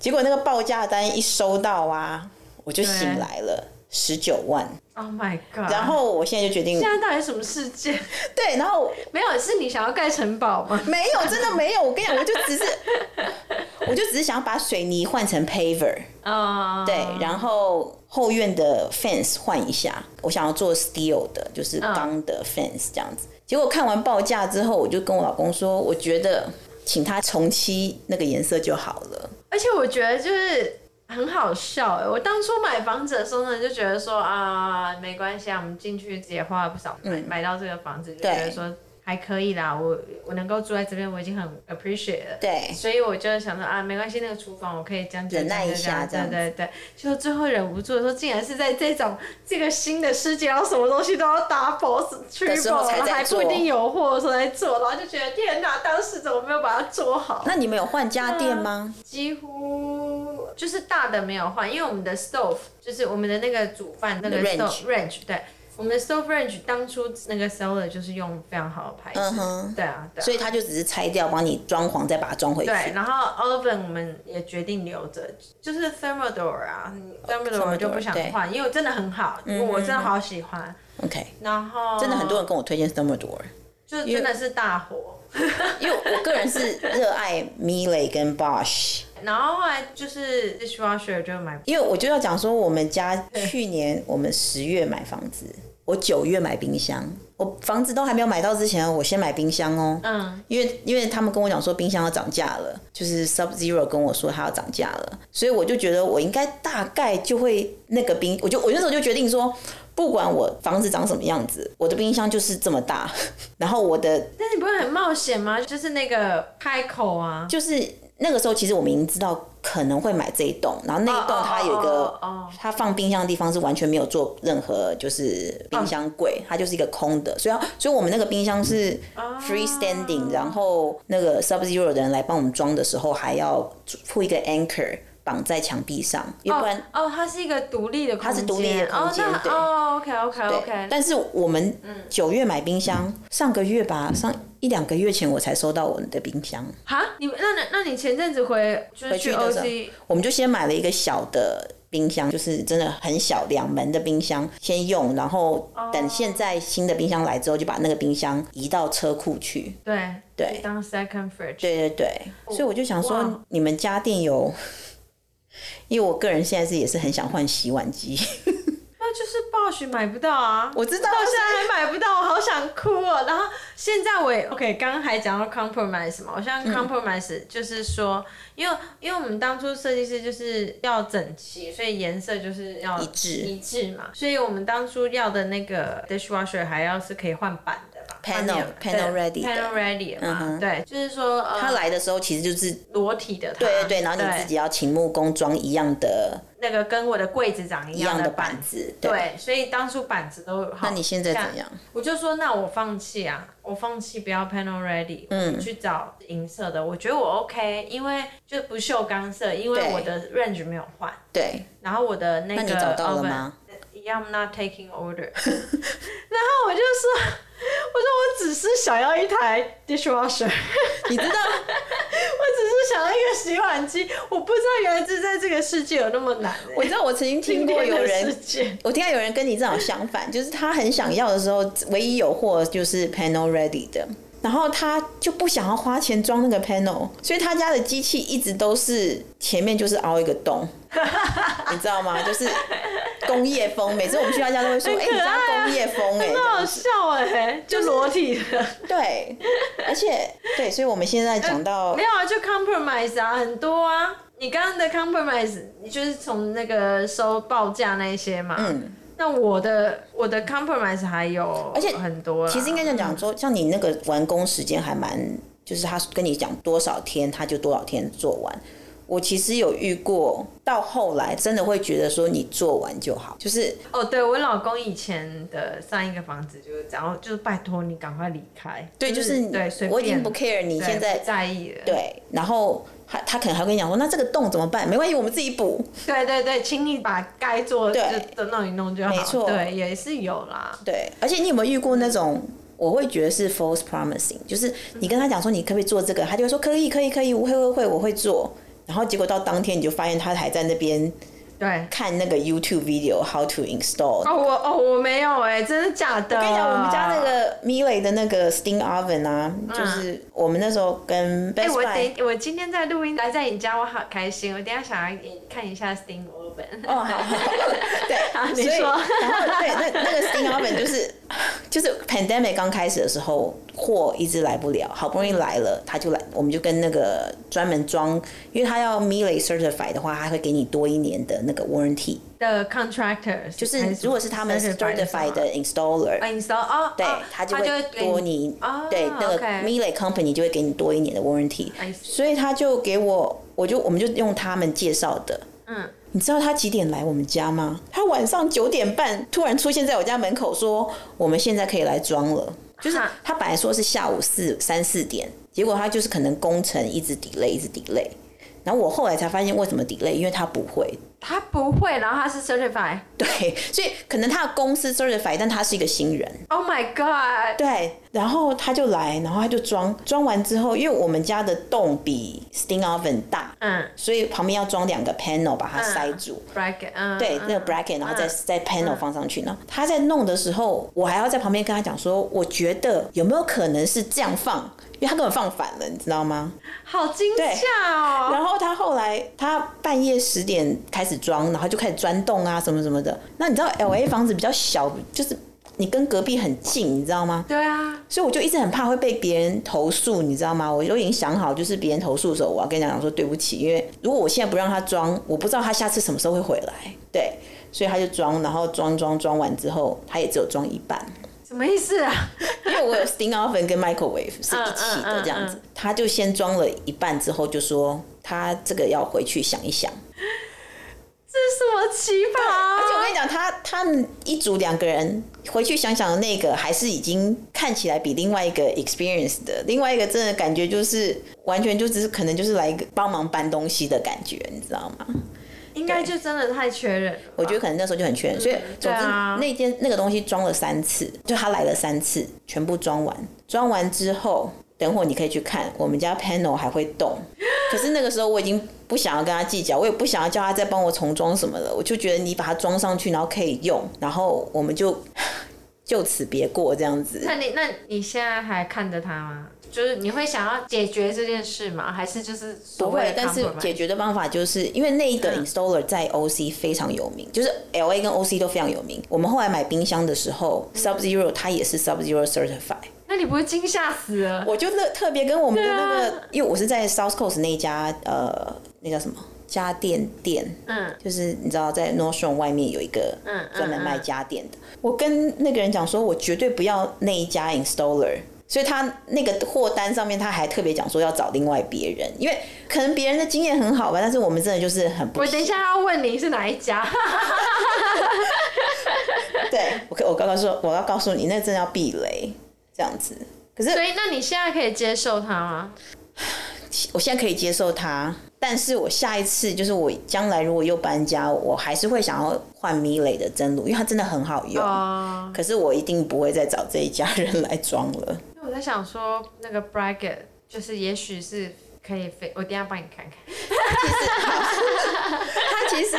Speaker 2: 结果那个报价单一收到啊，我就醒来了。十九万，
Speaker 1: ，Oh my God！
Speaker 2: 然后我现在就决定
Speaker 1: 现在到底是什么世 界？
Speaker 2: 对，然后
Speaker 1: 没有，是你想要盖城堡吗？
Speaker 2: 没有，真的没有。我跟你讲，我就只是，我就只是想把水泥换成 paver，
Speaker 1: 啊、
Speaker 2: 对，然后后院的 fence 换一下，我想要做 steel 的，就是钢的 fence 这样子。结果看完报价之后，我就跟我老公说，我觉得请他重漆那个颜色就好了。
Speaker 1: 而且我觉得就是很好笑哎、我当初买房子的时候呢，就觉得说啊，没关系啊，我们进去直接花了不少
Speaker 2: 嗯
Speaker 1: 买、买到这个房子，就觉得说还可以啦，我我能够住在这边，我已经很 appreciate 了。
Speaker 2: 对
Speaker 1: 所以我就想说啊，没关系，那个厨房我可以这样
Speaker 2: 哎忍耐一下
Speaker 1: 这样对对对。就最后忍不住的时候，竟然是在这种这个新的世界，然后什么东西都要 double
Speaker 2: 的时
Speaker 1: triple，
Speaker 2: 候才
Speaker 1: 然后
Speaker 2: 在
Speaker 1: 还不
Speaker 2: 做
Speaker 1: 一定有货的时候在做，然后就觉得天哪，当时怎么没有把它做好？
Speaker 2: 那你们有换家电吗？
Speaker 1: 几乎就是大的没有换，因为我们的 stove 就是我们的那个煮饭那个
Speaker 2: 那个
Speaker 1: stove range 对，我们的 stove range 当初那个 seller 就是用非常好的牌子，
Speaker 2: 嗯哼
Speaker 1: 对啊，对啊
Speaker 2: 所以他就只是拆掉，帮你装潢，再把它装回去。
Speaker 1: 对，然后 oven 我们也决定留着，就是 thermidor 啊，thermidor 我就不想
Speaker 2: 对
Speaker 1: 换，因为真的很好，我真的好喜欢。
Speaker 2: OK，
Speaker 1: 然后
Speaker 2: 真的很多人跟我推荐 Summer Door，
Speaker 1: 就真的是大火，
Speaker 2: 因为我个人是热爱 Miele 跟 Bosch。
Speaker 1: 然后后来就是 dishwasher 就买，
Speaker 2: 因为我就要讲说，我们家去年我们十月买房子，我九月买冰箱，我房子都还没有买到之前，我先买冰箱哦。
Speaker 1: 嗯，
Speaker 2: 因为因为他们跟我讲说冰箱要涨价了，就是 Sub Zero 跟我说它要涨价了，所以我就觉得我应该大概就会那个冰，我就我那时候就决定说，不管我房子长什么样子，我的冰箱就是这么大， 然后我的
Speaker 1: 但你不会很冒险吗？就是那个开口啊，
Speaker 2: 就是那个时候，其实我们已经知道可能会买这一栋，然后那一栋它有一
Speaker 1: 哦
Speaker 2: 个
Speaker 1: 哦哦哦哦，
Speaker 2: 它放冰箱的地方是完全没有做任何就是冰箱柜，
Speaker 1: 嗯
Speaker 2: 它就是一个空的，所以要所以我们那个冰箱是
Speaker 1: 啊
Speaker 2: freestanding，然后那个 Sub Zero 的人来帮我们装的时候，还要铺一个 anchor 绑在墙壁上，要不然
Speaker 1: 哦，它是一个独立的空间，
Speaker 2: 它是独立的空间
Speaker 1: 哦，那
Speaker 2: 对
Speaker 1: 哦，OK OK
Speaker 2: 对
Speaker 1: OK，嗯
Speaker 2: 但是我们九月买冰箱，上个月吧，上一两个月前我才收到我们的冰箱。
Speaker 1: 哈，你那那那你前阵子回就是
Speaker 2: 回去的时候
Speaker 1: OC，
Speaker 2: 我们就先买了一个小的冰箱，就是真的很小两门的冰箱，先用，然后等现在新的冰箱来之后，就把那个冰箱移到车库去。
Speaker 1: 对
Speaker 2: 对
Speaker 1: 就当 second fridge，
Speaker 2: 对对对，所以我就想
Speaker 1: 哇
Speaker 2: 说，你们家电有？因为我个人现在是也是很想换洗碗机，
Speaker 1: 那就是 Bosch 买不到啊，
Speaker 2: 我知道
Speaker 1: 到现在还买不到，我好想哭哦。然后现在我也 OK，刚刚还讲到 compromise 嘛，我现在
Speaker 2: 嗯
Speaker 1: compromise 就是说，因为因为我们当初设计师就是要整齐，所以颜色就是要
Speaker 2: 一致
Speaker 1: 一致嘛，所以我们当初要的那个 dishwasher 还要是可以换板的吧
Speaker 2: Panel-
Speaker 1: 换面
Speaker 2: panel
Speaker 1: 对
Speaker 2: ready 的嗯
Speaker 1: panel ready 的嘛，
Speaker 2: 哼
Speaker 1: 对，就是说呃，
Speaker 2: 它来的时候其实就是
Speaker 1: 裸体的它，
Speaker 2: 对对对，然后你自己要请木工装一样的
Speaker 1: 那个跟我的柜子长一
Speaker 2: 一样
Speaker 1: 的
Speaker 2: 的
Speaker 1: 板
Speaker 2: 板。子，对。
Speaker 1: 对，所以当初板子都好。
Speaker 2: 那你现在
Speaker 1: 这
Speaker 2: 怎样？
Speaker 1: 我就说，那我放弃啊，我放弃不要 panel ready，嗯，去找银色的，我觉得我 OK，因为就不锈钢色，因为
Speaker 2: 对
Speaker 1: 我的 range 没有换，
Speaker 2: 对，
Speaker 1: 然后我的那个
Speaker 2: 那你找到了吗
Speaker 1: oven 一样 not taking order，然 后我就说， 我说我只是想要一台 dishwasher，
Speaker 2: 你知道
Speaker 1: 我只是想要一个洗碗机，我不知道原来这在这个世界有那么难、欸。
Speaker 2: 我知道我曾经 听过有
Speaker 1: 今天的
Speaker 2: 人
Speaker 1: 世界
Speaker 2: 我听到有人跟你正好相反， 就是他很想要的时候，唯一有货就是 panel ready 的，然后他就不想要花钱装那个 panel，所以他家的机器一直都是前面就是凹一个洞， 你知道吗？就是工业风，每次我们去他家都会说，哎、
Speaker 1: 很
Speaker 2: 你
Speaker 1: 可爱
Speaker 2: 家
Speaker 1: 啊
Speaker 2: 工业风哎、
Speaker 1: 很好笑哎、就裸体的。
Speaker 2: 对，而且对，所以我们现在讲到
Speaker 1: 没有啊，就 compromise 啊，很多啊。你刚刚的 compromise，你就是从那个收报价那一些嘛。嗯。那我的我的 compromise 还有，
Speaker 2: 而且
Speaker 1: 很多啊啦。
Speaker 2: 其实应该这样讲，说像你那个完工时间还蛮，就是他跟你讲多少天，他就多少天做完。我其实有遇过，到后来真的会觉得说你做完就好，就是
Speaker 1: 哦，对我老公以前的上一个房子就是这样，然后就是拜托你赶快离开。
Speaker 2: 对，就是你
Speaker 1: 对，随便
Speaker 2: 我已经不 care 你
Speaker 1: 对
Speaker 2: 现在
Speaker 1: 不在意了。
Speaker 2: 对，然后他他可能还会跟你讲说，那这个洞怎么办？没关系，我们自己补。
Speaker 1: 对对对，请你把该做的
Speaker 2: 对
Speaker 1: 都弄一弄就好。
Speaker 2: 没错
Speaker 1: 对，也是有啦。
Speaker 2: 对，而且你有没有遇过那种？我会觉得是 false promising，就是你跟他讲说你可不可以做这个，他就会说可以可以可以，我会会会我会做，然后结果到当天你就发现他还在那边
Speaker 1: 对。
Speaker 2: 看那个 YouTube video how to install。
Speaker 1: 哦，我哦我没有哎、真的假的？
Speaker 2: 我跟你讲，我们家那
Speaker 1: 啊
Speaker 2: 个米蕾的那个 steam oven 啊，就是我们那时候跟
Speaker 1: 嗯哎、
Speaker 2: Best
Speaker 1: 我
Speaker 2: Buy
Speaker 1: 等我今天在录音来在你家，我好开心。我等一下想要看一下 Steam Oven。
Speaker 2: 哦，好，好 对，
Speaker 1: 好你
Speaker 2: 所以
Speaker 1: 说
Speaker 2: 然后对，那那个 steam oven 就是就是 pandemic 刚开始的时候，货一直来不了，好不容易来了，他就来，我们就跟那个专门装，因为他要 m i l e certified 的话，他会给你多一年的那个 warranty，
Speaker 1: 的 contractors 就
Speaker 2: 就是如果是他们 certified 的 installer，
Speaker 1: 啊，你说哦，
Speaker 2: 对
Speaker 1: 哦，
Speaker 2: 他就
Speaker 1: 他
Speaker 2: 会
Speaker 1: 会给
Speaker 2: 多你
Speaker 1: 哦
Speaker 2: 对那个
Speaker 1: OK
Speaker 2: m i l e Company 就会给你多一年的 warranty，
Speaker 1: I see
Speaker 2: 所以他就给我，我就我们就用他们介绍的。
Speaker 1: 嗯，
Speaker 2: 你知道他几点来我们家吗？他晚上九点半突然出现在我家门口，说我们现在可以来装了。就是
Speaker 1: 哈
Speaker 2: 他本来说是下午四三四点，结果他就是可能工程一直 delay 一直 delay。然后我后来才发现为什么 delay，因为他不会。
Speaker 1: 他不会，然后他是 certified。
Speaker 2: 对，所以可能他的公司 certified，但他是一个新人。
Speaker 1: Oh my god！
Speaker 2: 对，然后他就来，然后他就装，装完之后，因为我们家的洞比 steam oven 大，
Speaker 1: 嗯
Speaker 2: 所以旁边要装两个 panel 把它塞住。
Speaker 1: ，bracket，嗯，
Speaker 2: 对，
Speaker 1: 嗯
Speaker 2: 那个 bracket，然后再、再 panel 嗯放上去呢。他在弄的时候，我还要在旁边跟他讲说，我觉得有没有可能是这样放，因为他根本放反了，你知道吗？
Speaker 1: 好惊
Speaker 2: 对
Speaker 1: 吓哦！
Speaker 2: 然后他后来他半夜十点开始装，然后就开始钻洞啊什么什么的。那你知道 L A 房子比较小，就是你跟隔壁很近，你知道吗？
Speaker 1: 对啊，
Speaker 2: 所以我就一直很怕会被别人投诉，你知道吗？我就已经想好，就是别人投诉的时候，我要跟他讲说对不起，因为如果我现在不让他装，我不知道他下次什么时候会回来。对，所以他就装，然后装装装完之后，他也只有装一 半，
Speaker 1: 什么意思啊？
Speaker 2: 因为我有 steam oven 跟 microwave 是一起
Speaker 1: 嗯嗯
Speaker 2: 的
Speaker 1: 嗯
Speaker 2: 这样子
Speaker 1: 嗯，
Speaker 2: 他就先装了一半之后就说他这个要回去想一想。
Speaker 1: 这是什么奇葩啊？
Speaker 2: 而且我跟你讲，他他们一组两个人回去想想，那个还是已经看起来比另外一个 experience 的，另外一个真的感觉就是完全就只是可能就是来一个帮忙搬东西的感觉，你知道吗？
Speaker 1: 应该就真的太缺人了吧。
Speaker 2: 我觉得可能那时候就很缺人，所以总之
Speaker 1: 对啊
Speaker 2: 那间那个东西装了三次，就他来了三次，全部装完，装完之后。等会你可以去看，我们家 panel 还会动，可是那个时候我已经不想要跟他计较，我也不想要叫他再帮我重装什么了，我就觉得你把它装上去，然后可以用，然后我们就 就此别过这样子。
Speaker 1: 那你那你现在还看着他吗？就是你会想要解决这件事吗？还是就是所
Speaker 2: 不
Speaker 1: 谓
Speaker 2: 会
Speaker 1: 的，
Speaker 2: 但是
Speaker 1: compromise？
Speaker 2: 解决的方法就是因为那一个
Speaker 1: 嗯
Speaker 2: installer 在 OC 非常有名，就是 LA 跟 OC 都非常有名。我们后来买冰箱的时候，Sub Zero 它也是 Sub Zero Certified，
Speaker 1: 那你不会惊吓死了？
Speaker 2: 我就特特别跟我们的那个，因为我是在 South Coast 那一家呃，那叫什么家电店，
Speaker 1: 嗯，
Speaker 2: 就是你知道在 Nordstrom 外面有一个
Speaker 1: 嗯嗯
Speaker 2: 专门卖家电的，我跟那个人讲说，我绝对不要那一家 installer。所以他那个货单上面，他还特别讲说要找另外别人，因为可能别人的经验很好吧，但是我们真的就是很不
Speaker 1: 我等一下要问你是哪一 家，
Speaker 2: 对我可我刚刚说我要告诉你，那真的要避雷这样子。可是
Speaker 1: 所以那你现在可以接受他吗？
Speaker 2: 我现在可以接受它，但是我下一次就是我将来如果又搬家，我还是会想要换米蕾的蒸炉，因为它真的很好用。
Speaker 1: 哦、
Speaker 2: 可是我一定不会再找这一家人来装了。
Speaker 1: 因为我在想说那个 bracket 就是也许是可以飞，我等一下帮你看看。
Speaker 2: 他其实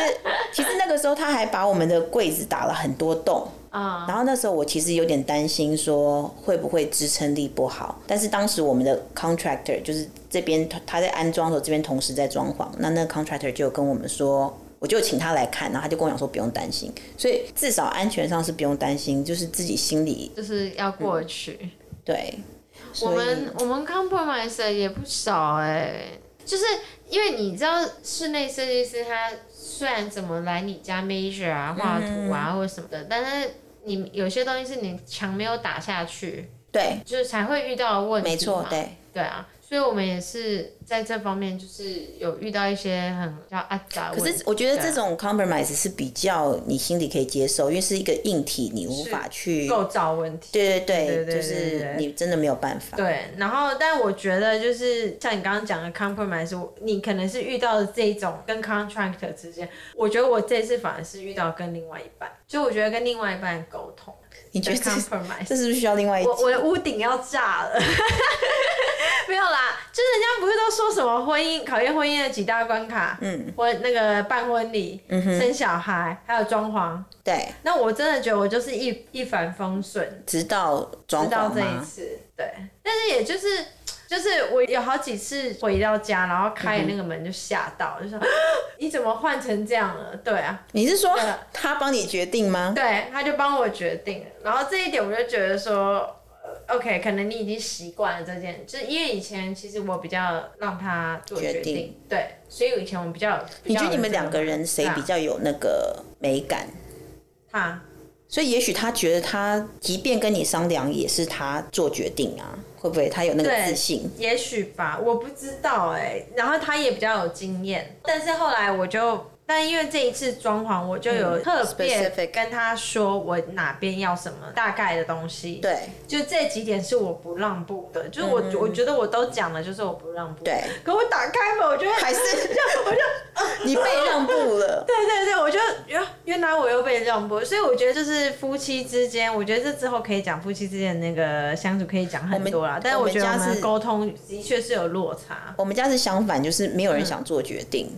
Speaker 2: 其实那个时候他还把我们的柜子打了很多洞，
Speaker 1: 啊、
Speaker 2: 然后那时候我其实有点担心说会不会支撑力不好，但是当时我们的 contractor 就是这边他在安装的时候，这边同时在装潢，那那个 contractor 就跟我们说。我就请他来看，然后他就跟我讲说不用担心，所以至少安全上是不用担心，就是自己心里
Speaker 1: 就是要过去。
Speaker 2: 对。
Speaker 1: 我
Speaker 2: 所以
Speaker 1: 们我们 compromise 的也不少哎、就是因为你知道室内设计师他虽然怎么来你家 measure
Speaker 2: 嗯
Speaker 1: 啊、画图啊、或什么的，但是你有些东西是你墙没有打下去，
Speaker 2: 对，
Speaker 1: 就是才会遇到的问题。
Speaker 2: 没错，。对。
Speaker 1: 对啊，所以所以我们也是在这方面就是有遇到一些很比较阿杂的问
Speaker 2: 可
Speaker 1: 题。
Speaker 2: 是我觉得这
Speaker 1: 对啊
Speaker 2: 种 compromise 是比较你心里可以接受，因为是一个硬体，你无法去。
Speaker 1: 构造问题，
Speaker 2: 对对
Speaker 1: 对对
Speaker 2: 对，
Speaker 1: 对
Speaker 2: 就
Speaker 1: 对
Speaker 2: 是你真的没有办法。
Speaker 1: 对，然后但我觉得就是像你刚刚讲的 compromise，我你可能是遇到的这种跟 contractor 之间，我觉得我这次反而是遇到跟另外一半，就我觉得跟另外一半沟通，
Speaker 2: 你觉得
Speaker 1: 跟
Speaker 2: 这是
Speaker 1: compromise，
Speaker 2: 这是不是需要另外一集
Speaker 1: 我我的屋顶要炸了。 没有啦，就是人家不是都说什么婚姻考验婚姻的几大关卡，嗯，婚那个办婚礼、
Speaker 2: 嗯
Speaker 1: 生小孩，还有装潢。
Speaker 2: 对，
Speaker 1: 那我真的觉得我就是一一帆风顺，
Speaker 2: 直到装
Speaker 1: 直到
Speaker 2: 潢
Speaker 1: 这一
Speaker 2: 吗？
Speaker 1: 次，对。但是也就是就是我有好几次回到家，然后
Speaker 2: 嗯
Speaker 1: 开那个门就吓到，就说你怎么换成这样了？对啊，
Speaker 2: 你是说
Speaker 1: 对了
Speaker 2: 他帮你决定吗？
Speaker 1: 对，他就帮我决定了。然后这一点我就觉得说。呃 OK，可能你已经习惯了这件，就是因为以前其实我比较让他做决
Speaker 2: 决定
Speaker 1: 对，所以以前我比较。
Speaker 2: 你觉得你们
Speaker 1: 比较
Speaker 2: 两个人谁比
Speaker 1: 对啊
Speaker 2: 较有那个美感？
Speaker 1: 他？
Speaker 2: 所以也许他觉得他即便跟你商量，也是他做决定啊，会不会他有那个
Speaker 1: 对
Speaker 2: 自信？
Speaker 1: 也许吧，我不知道哎、然后他也比较有经验，但是后来我就，但因为这一次装潢，我就有特别
Speaker 2: 嗯 specific
Speaker 1: 跟他说我哪边要什么大概的东西。，
Speaker 2: 对嗯
Speaker 1: 就这几点是我不让步的，就是我、我觉得我都讲了，就是我不让步。，
Speaker 2: 对，
Speaker 1: 可我打开门，我就
Speaker 2: 还
Speaker 1: 还
Speaker 2: 是你被让步了。
Speaker 1: 对对对，我就原原来我又被让步，所以我觉得就是夫妻之间，我觉得这之后可以讲夫妻之间的那个相处可以讲很多啦
Speaker 2: 我，们
Speaker 1: 但是
Speaker 2: 我
Speaker 1: 我
Speaker 2: 们
Speaker 1: 觉得我
Speaker 2: 家
Speaker 1: 们
Speaker 2: 是
Speaker 1: 沟通的确是有落差。
Speaker 2: 我们家是相反，就是没有
Speaker 1: 嗯
Speaker 2: 人想做决定，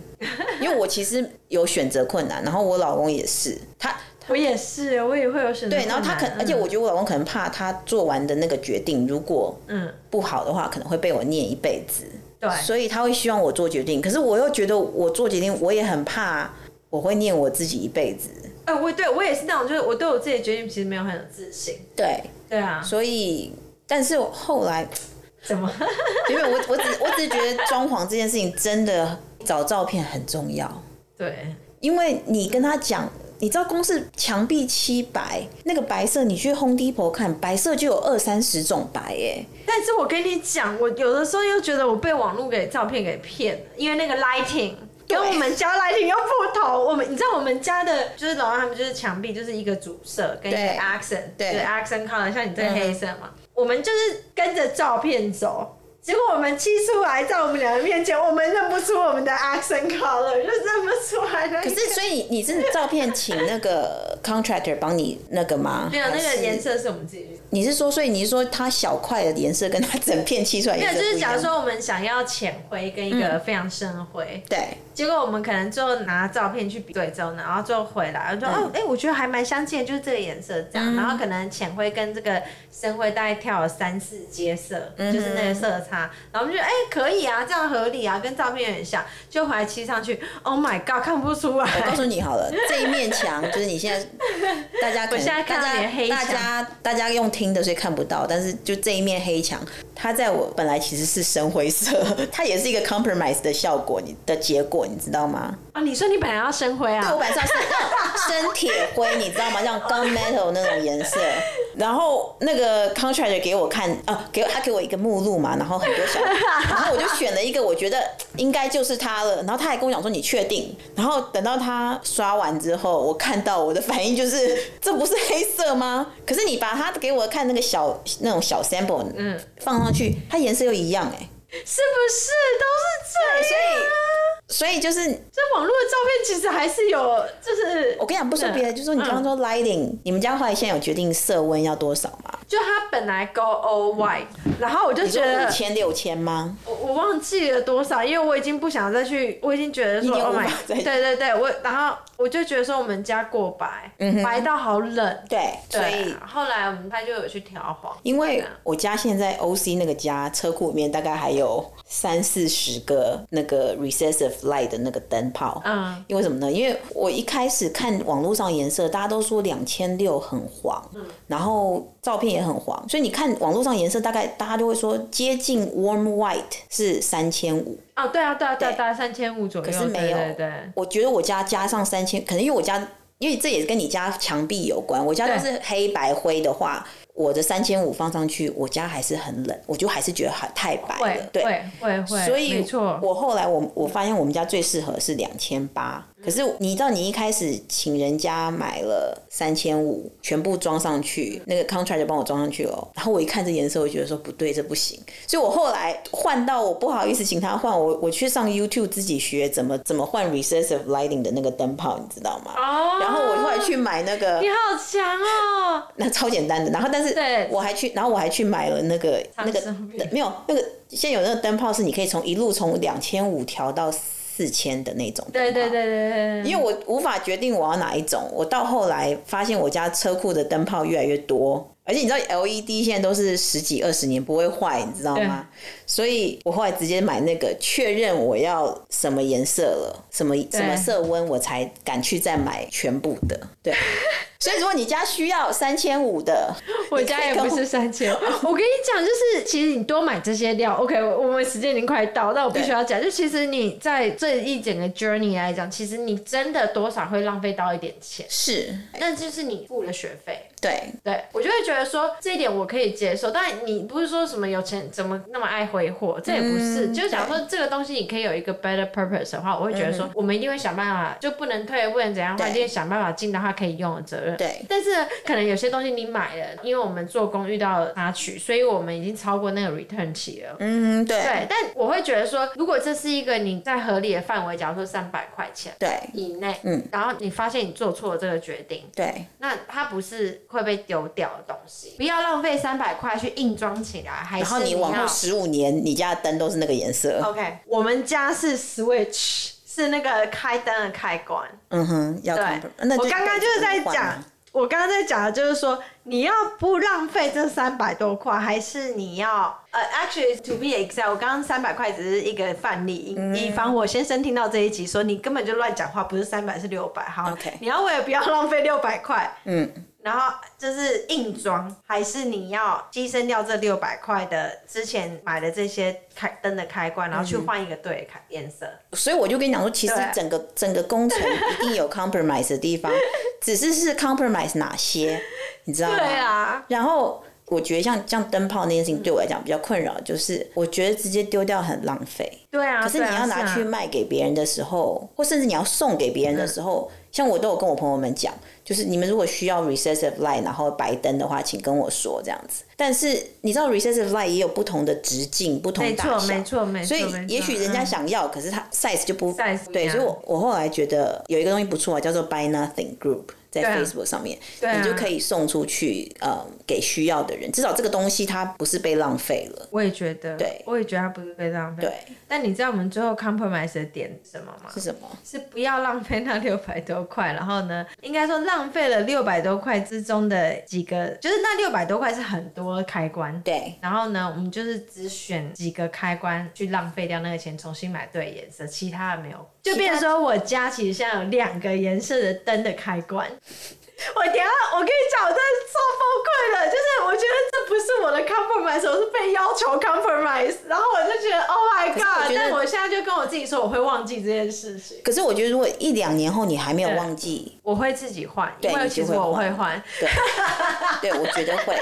Speaker 2: 因为我其实有选择困难，然后我老公也是，他
Speaker 1: 我也是，我也会有选择困难。
Speaker 2: 对，然后他可，
Speaker 1: 嗯
Speaker 2: 而且我觉得我老公可能怕他做完的那个决定，如果
Speaker 1: 嗯，
Speaker 2: 不好的话，可能会被我念一辈子，
Speaker 1: 对，
Speaker 2: 所以他会希望我做决定，可是我又觉得我做决定，我也很怕我会念我自己一辈子，
Speaker 1: 哎、我对我也是那种，就是我对我自己的决定其实没有很有自信。
Speaker 2: 对，
Speaker 1: 对啊，
Speaker 2: 所以但是我后来
Speaker 1: 怎么？
Speaker 2: 因为我我只我只是觉得装潢这件事情真的找照片很重要，
Speaker 1: 对，
Speaker 2: 因为你跟他讲，你知道光是墙壁漆白，那个白色你去 Home Depot 看，白色就有二三十种白耶。
Speaker 1: 但是我跟你讲，我有的时候又觉得我被网络给照片给骗了，因为那个 lighting。跟我们家 lighting 又不同，我们你知道我们家的，就是老王他们就是墙壁就是一个主色跟一个
Speaker 2: 对
Speaker 1: accent，
Speaker 2: 对
Speaker 1: 就是 accent color，像你这个
Speaker 2: 嗯哼
Speaker 1: 黑色嘛，我们就是跟着照片走，结果我们漆出来在我们两个面前，我们认不出我们的 accent color，就认不出来那一
Speaker 2: 可
Speaker 1: 个。
Speaker 2: 是所以你是照片请那个 contractor 帮你那个吗？
Speaker 1: 没有那
Speaker 2: 还
Speaker 1: 个
Speaker 2: 是
Speaker 1: 颜。色是我们自己去
Speaker 2: 你是说，所以你是说它小块的颜色跟它整片漆出来的
Speaker 1: 没有，
Speaker 2: 颜
Speaker 1: 就
Speaker 2: 色不
Speaker 1: 是
Speaker 2: 一样嗯
Speaker 1: 假如说我们想要浅灰跟一个非常深灰，
Speaker 2: 对，
Speaker 1: 结果我们可能最后拿照片去比对之后呢，然后最后回来，我说、哦，哎、我觉得还蛮相近的，就是这个颜色
Speaker 2: 嗯
Speaker 1: 这样。然后可能浅灰跟这个深灰大概跳了三四阶色，
Speaker 2: 嗯
Speaker 1: 就是那个色差。然后我们就觉得哎、可以啊，这样合理啊，跟照片有点像。就回来漆上去，Oh my god，看不出来。
Speaker 2: 我告诉你好了，这一面墙就是你现在大家可
Speaker 1: 我
Speaker 2: 能
Speaker 1: 现在看到
Speaker 2: 大
Speaker 1: 你的
Speaker 2: 家
Speaker 1: 黑墙
Speaker 2: 大家大家用听的所以看不到，但是就这一面黑墙，它在我本来其实是深灰色，它也是一个 compromise 的效果，你的结果你知道吗？
Speaker 1: 哦，你说你本来要深灰
Speaker 2: 对我
Speaker 1: 啊？
Speaker 2: 本来是要深深铁灰，你知道吗？像 gun metal 那种颜色。然后那个 contractor 给我看，啊，给我他给我一个目录嘛，然后很多小，然后我就选了一个我觉得应该就是它了。然后他还跟我讲说你确定？然后等到他刷完之后，我看到我的反应就是这不是黑色吗？可是你把它给我看那个小那种小 sample，嗯，放上去，它颜色又一样哎、
Speaker 1: 是不是都是这样？啊
Speaker 2: 所以就是
Speaker 1: 这网络的照片其实还是有，就是
Speaker 2: 我跟你讲，不说别的，就说你刚刚说 lighting，、你们家后来现在有决定色温要多少吗？
Speaker 1: 就他本来 go all white，、然后我就
Speaker 2: 你
Speaker 1: 觉
Speaker 2: 说
Speaker 1: 得
Speaker 2: 五千六千吗？
Speaker 1: 我我忘记了多少，因为我已经不想再去，我已经觉得说
Speaker 2: 已经
Speaker 1: ，Oh
Speaker 2: 无
Speaker 1: my，
Speaker 2: 法再
Speaker 1: 对对对，我然后我就觉得说我们家过白，白到好冷，
Speaker 2: 对，
Speaker 1: 对
Speaker 2: 嗯所
Speaker 1: 啊
Speaker 2: 以
Speaker 1: 后来我们他就有去调黄，啊
Speaker 2: 因为我家现在 OC 那个家车库里面大概还有三四十个那个 recessive light 的那个灯泡，
Speaker 1: 嗯，
Speaker 2: 因为什么呢？因为我一开始看网络上颜色，大家都说两千六很黄，
Speaker 1: 嗯
Speaker 2: 然后照片也很黄，所以你看网络上颜色，大概大家就会说接近 warm white 是三千五，
Speaker 1: 哦，对啊对啊对啊，
Speaker 2: 对
Speaker 1: 大概三千五左右，
Speaker 2: 可是没有
Speaker 1: 对对对，
Speaker 2: 我觉得我家加上三千，可能因为我家，因为这也是跟你家墙壁有关。我家都是黑白灰的话，我的三千五放上去，我家还是很冷，我就还是觉得很太白
Speaker 1: 会
Speaker 2: 了。对，
Speaker 1: 会会会，
Speaker 2: 所以
Speaker 1: 哎没错，
Speaker 2: 我后来我我发现我们家最适合是两千八，
Speaker 1: 嗯
Speaker 2: 可是你知道你一开始请人家买了三千五，全部装上去，那个 contract 就帮我装上去了哦。然后我一看这颜色，我就觉得说不对，这不行。所以我后来换到我不好意思请他换，我我去上 YouTube 自己学怎么怎么换 recessive lighting 的那个灯泡，你知道吗？
Speaker 1: 哦
Speaker 2: 然后我后来去买那个
Speaker 1: 你好强哦，
Speaker 2: 那超简单的，然后但是
Speaker 1: 对
Speaker 2: 我还去，然后我还去买了那个那个
Speaker 1: 生病
Speaker 2: 没有那个现在有那个灯泡是你可以从一路从两千五调到四千的那种灯
Speaker 1: 对
Speaker 2: 泡
Speaker 1: 对对对对对，
Speaker 2: 因为我无法决定我要哪一种，我到后来发现我家车库的灯泡越来越多，而且你知道 LED 现在都是十几二十年不会坏，你知道吗？所以我后来直接买那个确认我要什么颜色了，什么什么色温，我才敢去再买全部的。对， 所以如果你家需要三千五的，
Speaker 1: 我家也不是三千。 我跟你讲，就是其实你多买这些料，OK，我我们时间已经快到，但我必须要讲，就其实你在这一整个 journey 来讲，其实你真的多少会浪费到一点钱，
Speaker 2: 是
Speaker 1: 那就是你付了学费。
Speaker 2: 对
Speaker 1: 对，我就会觉得说这一点我可以接受，但你不是说什么有钱怎么那么爱挥霍，这也不是，
Speaker 2: 嗯
Speaker 1: 就是想说这个东西你可以有一个 better purpose 的话，我会觉得说我们一定会想办法，就不能退，不能怎样的话，
Speaker 2: 对
Speaker 1: 一定想办法尽到它可以用的责任。
Speaker 2: 对
Speaker 1: 但是可能有些东西你买了，因为我们做工遇到了插曲，所以我们已经超过那个 return 期了。
Speaker 2: 嗯对
Speaker 1: 对，但我会觉得说，如果这是一个你在合理的范围，假如说三百块钱
Speaker 2: 对
Speaker 1: 以内，
Speaker 2: 嗯，
Speaker 1: 然后你发现你做错了这个决定，
Speaker 2: 对
Speaker 1: 那它不是会被丢掉的东西，不要浪费三百块去硬装起来，还是
Speaker 2: 然后你
Speaker 1: 要
Speaker 2: 往后十五年，你家的灯都是那个颜色，
Speaker 3: OK，我们家是 Switch，是那个开灯的开关。
Speaker 2: 嗯哼，要
Speaker 3: 对
Speaker 2: compromise，那，
Speaker 3: 我刚刚就是在
Speaker 2: 换啊
Speaker 3: 讲，我刚刚在讲的就是说，你要不浪费这三百多块，还是你要呃，actually to be exact，我刚刚三百块只是一个范例，
Speaker 2: 嗯
Speaker 3: 以防我先生听到这一集说你根本就乱讲话，不是三百是六百，好
Speaker 2: OK
Speaker 3: 你要为了不要浪费六百块，
Speaker 2: 嗯。
Speaker 3: 然后就是硬装，还是你要牺牲掉这六百块的之前买的这些开灯的开关，然后
Speaker 2: 嗯
Speaker 3: 去换一个对的开颜色。
Speaker 2: 所以我就跟你讲说，其实
Speaker 3: 对
Speaker 2: 整个整个工程一定有 compromise 的地方，只是是 compromise 哪些，你知道吗？
Speaker 3: 对啊，
Speaker 2: 然后我觉得像像灯泡那件事情对我来讲比较困扰，就是我觉得直接丢掉很浪费。
Speaker 1: 对啊，
Speaker 2: 可是你
Speaker 1: 对啊
Speaker 2: 要拿去
Speaker 1: 啊
Speaker 2: 卖给别人的时候，或甚至你要送给别人的时候，
Speaker 1: 嗯
Speaker 2: 像我都有跟我朋友们讲，就是你们如果需要 recessive light 然后白灯的话，请跟我说这样子。但是你知道 recessive light 也有不同的直径、不同
Speaker 1: 没错
Speaker 2: 大小，
Speaker 1: 没错没错，
Speaker 2: 所以
Speaker 1: 没错嗯
Speaker 2: 也许人家想要，可是他 size 就不
Speaker 1: size 不一
Speaker 2: 对，
Speaker 1: 样
Speaker 2: 所以我我后来觉得有一个东西不错啊，叫做 Buy Nothing Group，在
Speaker 1: 对啊
Speaker 2: Facebook 上面，
Speaker 1: 对啊
Speaker 2: 你就可以送出去，呃，给需要的人，至少这个东西它不是被浪费了。
Speaker 1: 我也觉得，
Speaker 2: 对
Speaker 1: 我也觉得它不是被浪费。
Speaker 2: 对，
Speaker 1: 但你知道我们最后 compromise 的点是什么吗？
Speaker 2: 是什么？
Speaker 1: 是不要浪费那六百多块，然后呢，应该说浪费了六百多块之中的几个，就是那六百多块是很多开关。
Speaker 2: 对
Speaker 1: 然后呢，我们就是只选几个开关去浪费掉那个钱，重新买对颜色，其他的没有。就变成说我家其实现在有两个颜色的灯的开关，
Speaker 3: 我等一下，我跟你讲，我真的超崩溃了。就是我觉得这不是我的 compromise，我是被要求 compromise，然后我就觉得 Oh my
Speaker 2: 是我
Speaker 3: god！
Speaker 2: 觉得
Speaker 3: 但我现在就跟我自己说，我会忘记这件事情。
Speaker 2: 可是我觉得，如果一两年后你还没有
Speaker 1: 对
Speaker 2: 忘记，
Speaker 1: 我会自己换，
Speaker 2: 对
Speaker 1: 因为
Speaker 2: 你
Speaker 1: 其
Speaker 2: 就
Speaker 1: 实
Speaker 2: 会
Speaker 1: 我会
Speaker 2: 换
Speaker 1: 换。
Speaker 2: 对， 对，我觉得 会，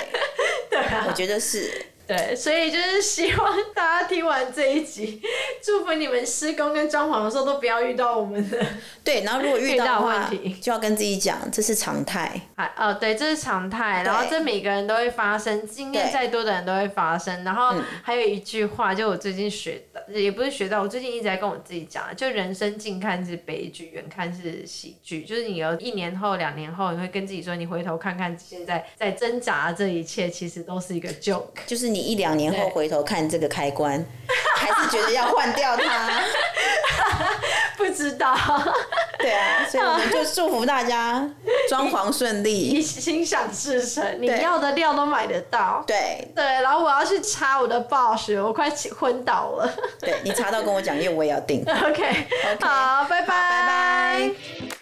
Speaker 1: 啊
Speaker 2: 我觉得是，
Speaker 3: 对，所以就是希望大家听完这一集，祝福你们施工跟装潢的时候都不要遇到我们的。
Speaker 2: 对。然后如果遇
Speaker 1: 遇
Speaker 2: 到
Speaker 1: 到
Speaker 2: 的话
Speaker 1: 问题，
Speaker 2: 就要跟自己讲，这是常 态。
Speaker 1: 还哦，对，这是常态，然后
Speaker 2: 对
Speaker 1: 这每个人都会发生，经验
Speaker 2: 对
Speaker 1: 再多的人都会发生。然后
Speaker 3: 嗯
Speaker 1: 还有一句话，就我最近学的，也不是学到，我最近一直在跟我自己讲啊，就人生近看是悲剧，远看是喜剧。就是你有一年后、两年后，你会跟自己说，你回头看看现在在挣扎这一切，其实都是一个 joke。
Speaker 2: 就是你一两年后
Speaker 1: 对
Speaker 2: 回头看这个开关，还是觉得要换掉它。
Speaker 1: 不知道，
Speaker 2: 对啊，所以我们就祝福大家装潢顺
Speaker 3: 你
Speaker 2: 利。
Speaker 3: 心想事成，你
Speaker 2: 对
Speaker 3: 要的料都买得到。
Speaker 2: 对，
Speaker 3: 对，然后我要去插我的 boss，我快起昏倒了。
Speaker 2: 对你查到跟我讲，因为我也要订。
Speaker 3: OK，, 好，拜拜，
Speaker 2: 拜拜。